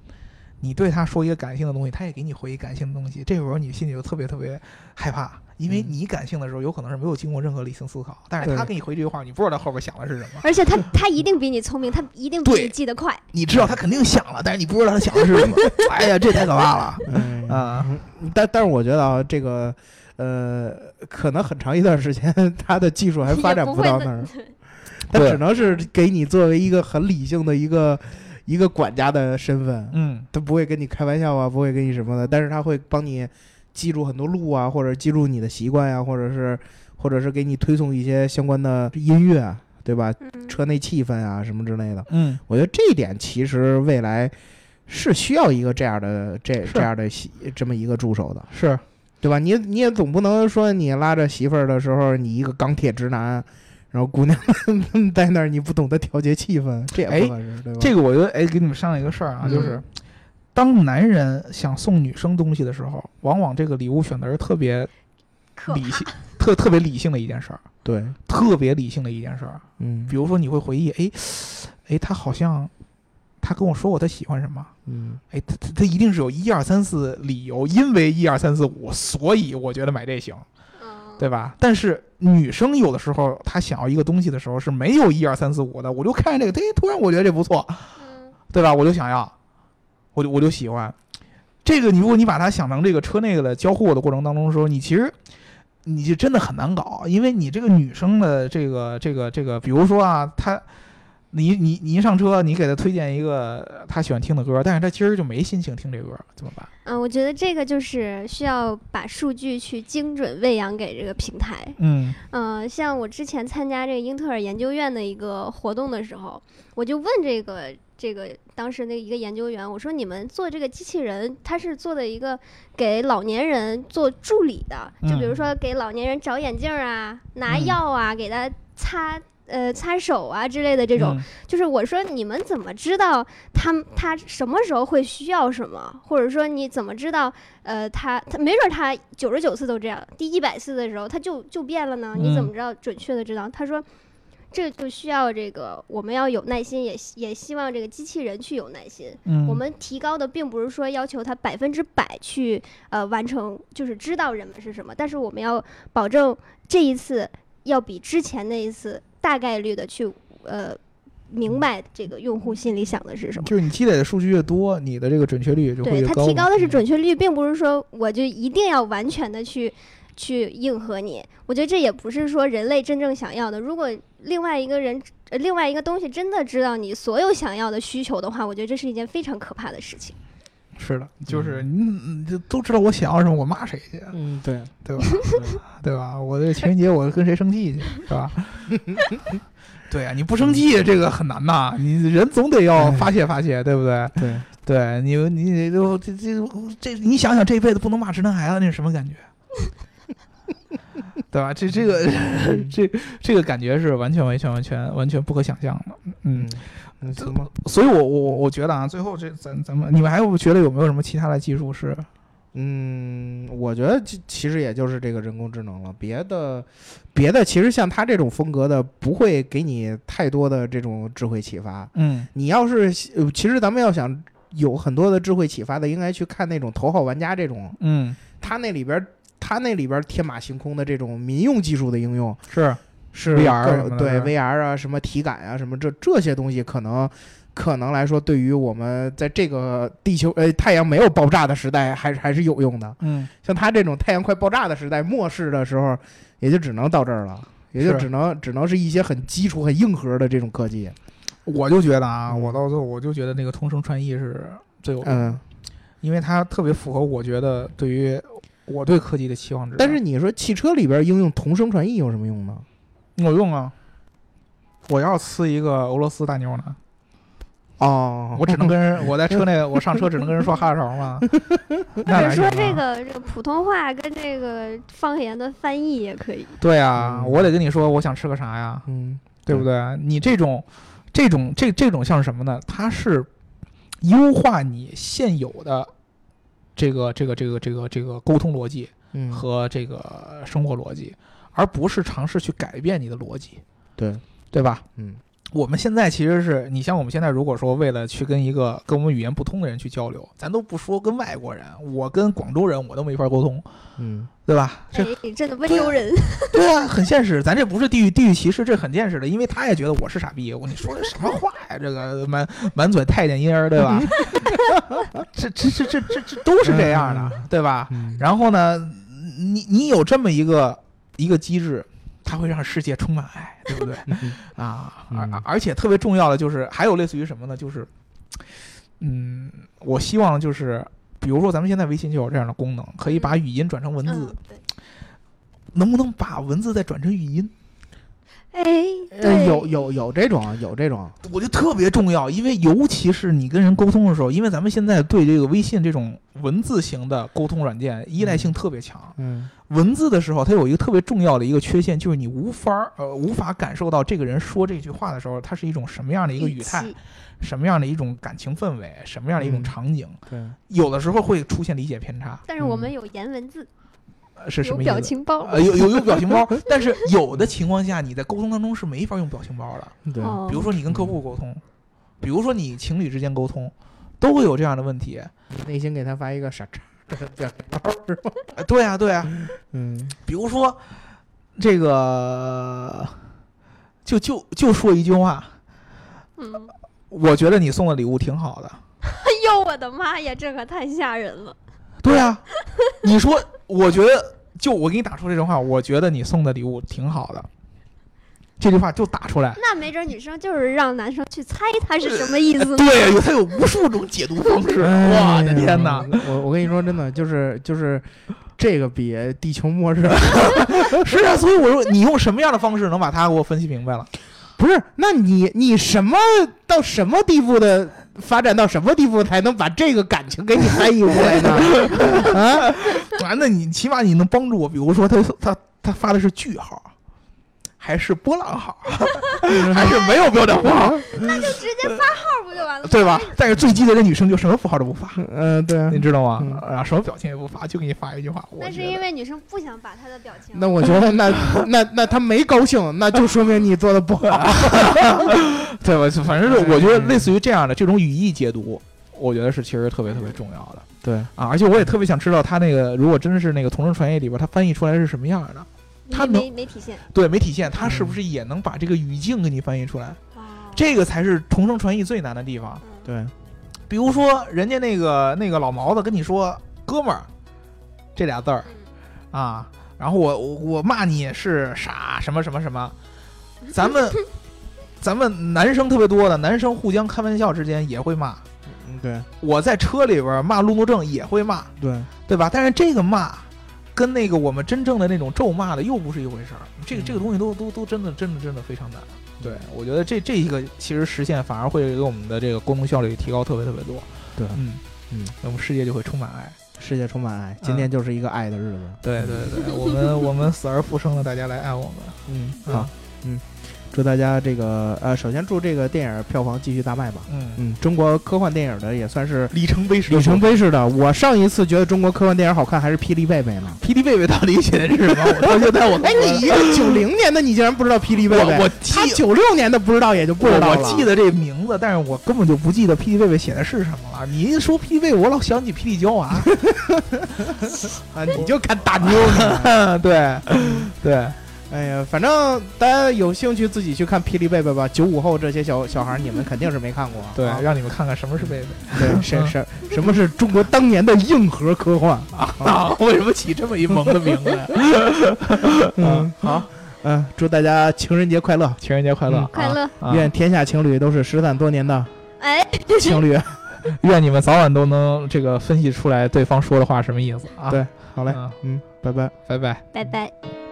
C: 你对他说一个感性的东西，他也给你回一感性的东西，这个时候你心里就特别特别害怕，因为
B: 嗯
C: 你感性的时候有可能是没有经过任何理性思考，但是他
B: 对
C: 给你回这句话，你不知道他后边想的是什么，
A: 而且它它一定比你聪明，它一定比
C: 对
A: 你记得快。
C: 你知道他肯定想了，但是你不知道他想的是 什么，哎呀，这太可怕了
B: 嗯
C: 啊！
B: 但但是我觉得啊，这个呃，可能很长一段时间，它的技术还发展
A: 也不
B: 不
A: 会
B: 到
A: 那
B: 那儿， 它只能是给你作为一个很理性的一个一个管家的身份，
C: 嗯，
B: 它不会跟你开玩笑啊，不会跟你什么的，但是它会帮你记住很多路啊，或者记住你的习惯呀、或者是或者是给你推送一些相关的音乐啊对吧？
A: 嗯
B: 车内气氛啊什么之类的，
C: 嗯，
B: 我觉得这一点其实未来是需要一个这样的这
C: 是
B: 这样的媳这么一个助手的，
C: 是
B: 对吧？你你也总不能说你拉着媳妇儿的时候，你一个钢铁直男，然后姑娘 在那儿你不懂得调节气氛，这也
C: 哎
B: 不合适，对吧？
C: 这个，我觉得哎，给你们商量一个事儿啊，
B: 嗯
C: 就是当男人想送女生东西的时候，往往这个礼物选的是特别
A: 可
C: 理性，特特别理性的一件事儿，
B: 对，
C: 特别理性的一件事儿。
B: 嗯
C: 比如说，你会回忆，哎，哎，他好像他跟我说过他喜欢什么。
B: 嗯，
C: 哎，他他他一定是有一二三四理由，因为一二三四五，所以我觉得买这行，
A: 嗯
C: 对吧？但是女生有的时候她想要一个东西的时候是没有一二三四五的，我就看见这个，哎，突然我觉得这不错，
A: 嗯
C: 对吧？我就想要，我就我就喜欢。这个你如果你把它想成这个车内的交互的过程当中的时候，你其实你就真的很难搞，因为你这个女生的这个这个这个，比如说啊，她你你你一上车，你给她推荐一个她喜欢听的歌，但是她今儿就没心情听这歌，怎么办？
A: 嗯，我觉得这个就是需要把数据去精准喂养给这个平台。
C: 嗯
A: 嗯、像我之前参加这个英特尔研究院的一个活动的时候，我就问这个这个当时的一个研究员，我说你们做这个机器人，它是做的一个给老年人做助理的，就比如
C: 嗯
A: 说给老年人找眼镜啊、拿
C: 嗯
A: 药啊、给他擦呃擦手啊之类的这种。，就是我说你们怎么知道他们他什么时候会需要什么，或者说你怎么知道呃他他没准他九十九次都这样，第一百次的时候他就就变了呢？你怎
C: 嗯
A: 么知道准确的知道？他说。这就需要这个，我们要有耐心，也希也希望这个机器人去有耐心。
C: 嗯，
A: 我们提高的并不是说要求它百分之百去呃完成，就是知道人们是什么，但是我们要保证这一次要比之前那一次大概率的去呃明白这个用户心里想的是什么。
C: 就是你积累的数据越多，你的这个准确率就会
A: 对
C: 越
A: 它
C: 高嘛。嗯
A: 提高的是准确率，并不是说我就一定要完全的去去应和你。我觉得这也不是说人类真正想要的。如果另外一个人、呃另外一个东西真的知道你所有想要的需求的话，我觉得这是一件非常可怕的事情。
C: 是的，就是
A: 嗯
C: 你你就都知道我想要什么，我骂谁去，啊
B: 嗯，对，
C: 对吧？ 对吧？我这情人节我跟谁生气去，是吧？对啊，你不生
B: 嗯
C: 气这个很难呐，你人总得要发泄发泄，对不对？
B: 对，
C: 对你你你都这这这，你想想这辈子不能骂直男癌了，那是什么感觉？ 对吧？这 这个这这个感觉是完全完全完全完全不可想象的，嗯呃
B: 嗯。，那行吧，
C: 所以我，我我我觉得啊，最后这咱咱们你们还有觉得有没有什么其他的技术是
B: 嗯，我觉得其其实也就是这个人工智能了，别的别的其实像他这种风格的，不会给你太多的这种智慧启发。
C: 嗯
B: 你要是呃其实咱们要想有很多的智慧启发的，应该去看那种头号玩家这种，
C: 嗯
B: 他那里边儿他那里边儿天马行空的这种民用技术的应用
C: 是
B: 是
C: VR
B: 更
C: 什么的
B: 对
C: 是吧
B: VR 啊什么体感啊什么这这些东西可能。可能来说，对于我们在这个地球呃太阳没有爆炸的时代，还是还是有用的。
C: 嗯
B: 像他这种太阳快爆炸的时代，末世的时候，也就只能到这儿了，也就是只能只能是一些很基础、很硬核的这种科技。
C: 我就觉得啊，
B: 嗯
C: 我到最后我就觉得那个通声传译是最有用的，
B: 嗯，
C: 因为它特别符合我觉得对于我对科技的期望值。啊
B: 但是你说汽车里边应用同声传译有什么用呢？
C: 有用啊，我要呲一个俄罗斯大妞呢，
B: 哦，
C: 我只能跟 人我在车内我上车只能跟人说哈拉勺嘛，
A: 或者
C: 那哪行
A: 说
C: 啊
A: 这个这个普通话跟这个方言的翻译也可以。
C: 对啊，
B: 嗯
C: 我得跟你说我想吃个啥呀，
B: 嗯，
C: 对不对？你这种，这种这这种像是什么呢？它是优化你现有的这个这个这个这个这个沟通逻辑
B: 嗯，
C: 和这个生活逻辑，而不是尝试去改变你的逻辑，
B: 对，
C: 对吧？
B: 嗯，
C: 我们现在其实是你像我们现在，如果说为了去跟一个跟我们语言不通的人去交流，咱都不说跟外国人，我跟广州人我都没法沟通，
B: 嗯，
C: 对 吧？这
A: 哎，真的温州人，
C: 对啊，很现实，咱这不是地域地域歧视，这很现实的，因为他也觉得我是傻逼，我你说的什么话呀？这个满满嘴太监音儿，对吧？这这这这这这都是这样的，对吧？
B: 嗯
C: 然后呢，你你有这么一个一个机制，它会让世界充满 爱，对不对？ 啊，而
B: 嗯
C: 而且特别重要的就是还有类似于什么呢？就是，嗯，我希望就是。比如说，咱们现在微信就有这样的功能，嗯可以把语音转成文字，
A: 嗯，对，
C: 能不能把文字再转成语音？
A: 哎，
B: 呃
A: 对，
B: 有有有这种，啊有这种，
C: 我觉得特别重要，因为尤其是你跟人沟通的时候，因为咱们现在对这个微信这种文字型的沟通软件依赖性特别强。
B: 嗯
C: 文字的时候，它有一个特别重要的一个缺陷，就是你无法儿呃无法感受到这个人说这句话的时候，它是一种什么样的一个语态，
A: 气
C: 什么样的一种感情氛围，什么样的一种
B: 嗯
C: 场景，
B: 对，
C: 有的时候会出现理解偏差，
A: 但是我们有颜文字，
C: 呃嗯是什
A: 有
C: 么意思？
A: 表情包。
C: 呃，有有有表情包， 但是有的情况下你在沟通当中是没法用表情包的，
B: 对，
A: 哦
C: 比如说你跟客户沟通，比如说你情侣之间沟通，都会有这样的问题。
B: 内心给他发一个傻叉的表情包是吧？
C: 呃对啊，对啊，
B: 嗯
C: 比如说这个，就就就说一句话，
A: 嗯，
C: 我觉得你送的礼物挺好的。
A: 哎呦我的妈呀，这可太吓人了。
C: 对啊， 你说，我觉得，就我给你打出这种话，我觉得你送的礼物挺好的，这句话就打出来。
A: 那没准女生就是让男生去猜他是什么意思呢。
C: 哎对，它有无数种解读方式。我的天哪，！
B: 嗯我我跟你说，真的就是就是这个比地球末日
C: 是 啊，所以我说你用什么样的方式能把它给我分析明白了？
B: 不是？那你你什么到什么地步的发展到什么地步才能把这个感情给你翻译过来 呢？啊，
C: 啊，那你起码你能帮助我，比如说他他他发的是句号，还是波浪 号，还是没有标点符号，
A: 那就直接发号不就完了？
C: 对吧？但是最激烈的女生就什么符号都不发，
B: 嗯，对啊
C: 你。知道吗？
B: 嗯
C: 啊，什么表情也不发，就给你发一句话。我
A: 那是
C: 觉
A: 因
C: 得
A: 为女生不想把她的表情。
B: 那我觉得那，那那他没高兴，那就说明你做的不 好。
C: 对吧？反正是我觉得类似于这样的这种语义解读，我觉得是其实特别特别重要的
B: 对，
C: 啊！而且我也特别想知道他那个如果真是那个同声传译里边，他翻译出来是什么样的？
A: 没
C: 她能
A: 没没体现。
C: 对，没体现，他是不是也能把这个语境给你翻译出来？
A: 哦
C: 这个才是同声传译最难的地方。
A: 嗯
B: 对，
C: 比如说，人家那个那个老毛子跟你说“哥们儿”这俩字儿啊，然后我我我骂你是傻什么什么什么，咱们咱们男生特别多的，男生互相开玩笑之间也会骂。
B: 嗯，对
C: 我在车里边儿骂路怒症也会骂，
B: 对，
C: 对吧？但是这个骂，跟那个我们真正的那种咒骂的又不是一回事儿。这个这个东西都都都真的真的真的非常难。嗯对，我觉得这这一个其实实现反而会给我们的这个沟通效率提高特别特别多。
B: 对
C: 嗯
B: 嗯，
C: 我们世界就会充满爱。
B: 世界充满爱，今天就是一个爱的日子。
C: 对对对， 我们我们死而复生的，大家来爱我们。
B: 嗯，
C: 嗯
B: 好，嗯，祝大家这个呃，首先祝这个电影票房继续大卖吧。
C: 嗯，
B: 嗯，中国科幻电影的也算是
C: 里程碑
B: 里程碑式的。我上一次觉得中国科幻电影好看还是《霹雳贝贝》呢。
C: 霹雳贝贝到底写的是什么？我到现 在我都
B: 哎，你一个九零年的，你竟然不知道《霹雳贝贝
C: 我》？我
B: 他
C: 记
B: 九六年的不知道也就不
C: 不
B: 知道
C: 我
B: 了。
C: 记得这名字，但是我根本就不记得霹雳贝贝写的是什么了。你一说霹雳贝贝，我老想起霹雳娇娃。
B: 啊，你就看大妞 呢。
C: 对， 对，
B: 哎呀，反正大家有兴趣自己去看《霹雳贝贝》吧。九五后这些小小孩儿，你们肯定是没看过啊。
C: 对，
B: 啊
C: 让你们看看什么是贝贝
B: 对，什什什么是中国当年的硬核科幻？
C: 啊？为什么起这么一萌的名字 呀？啊
B: 嗯，
C: 好，
B: 嗯，祝大家情人节快乐，
C: 情人节快乐
B: 嗯，
A: 快乐，
C: 啊！
B: 愿天下情侣都是失散多年的
A: 哎，
B: 情侣。
C: 愿你们早晚都能这个分析出来对方说的话什么意思啊！
B: 对，好嘞，
C: 嗯，
B: 嗯，拜拜。
C: 拜拜。
A: 拜拜。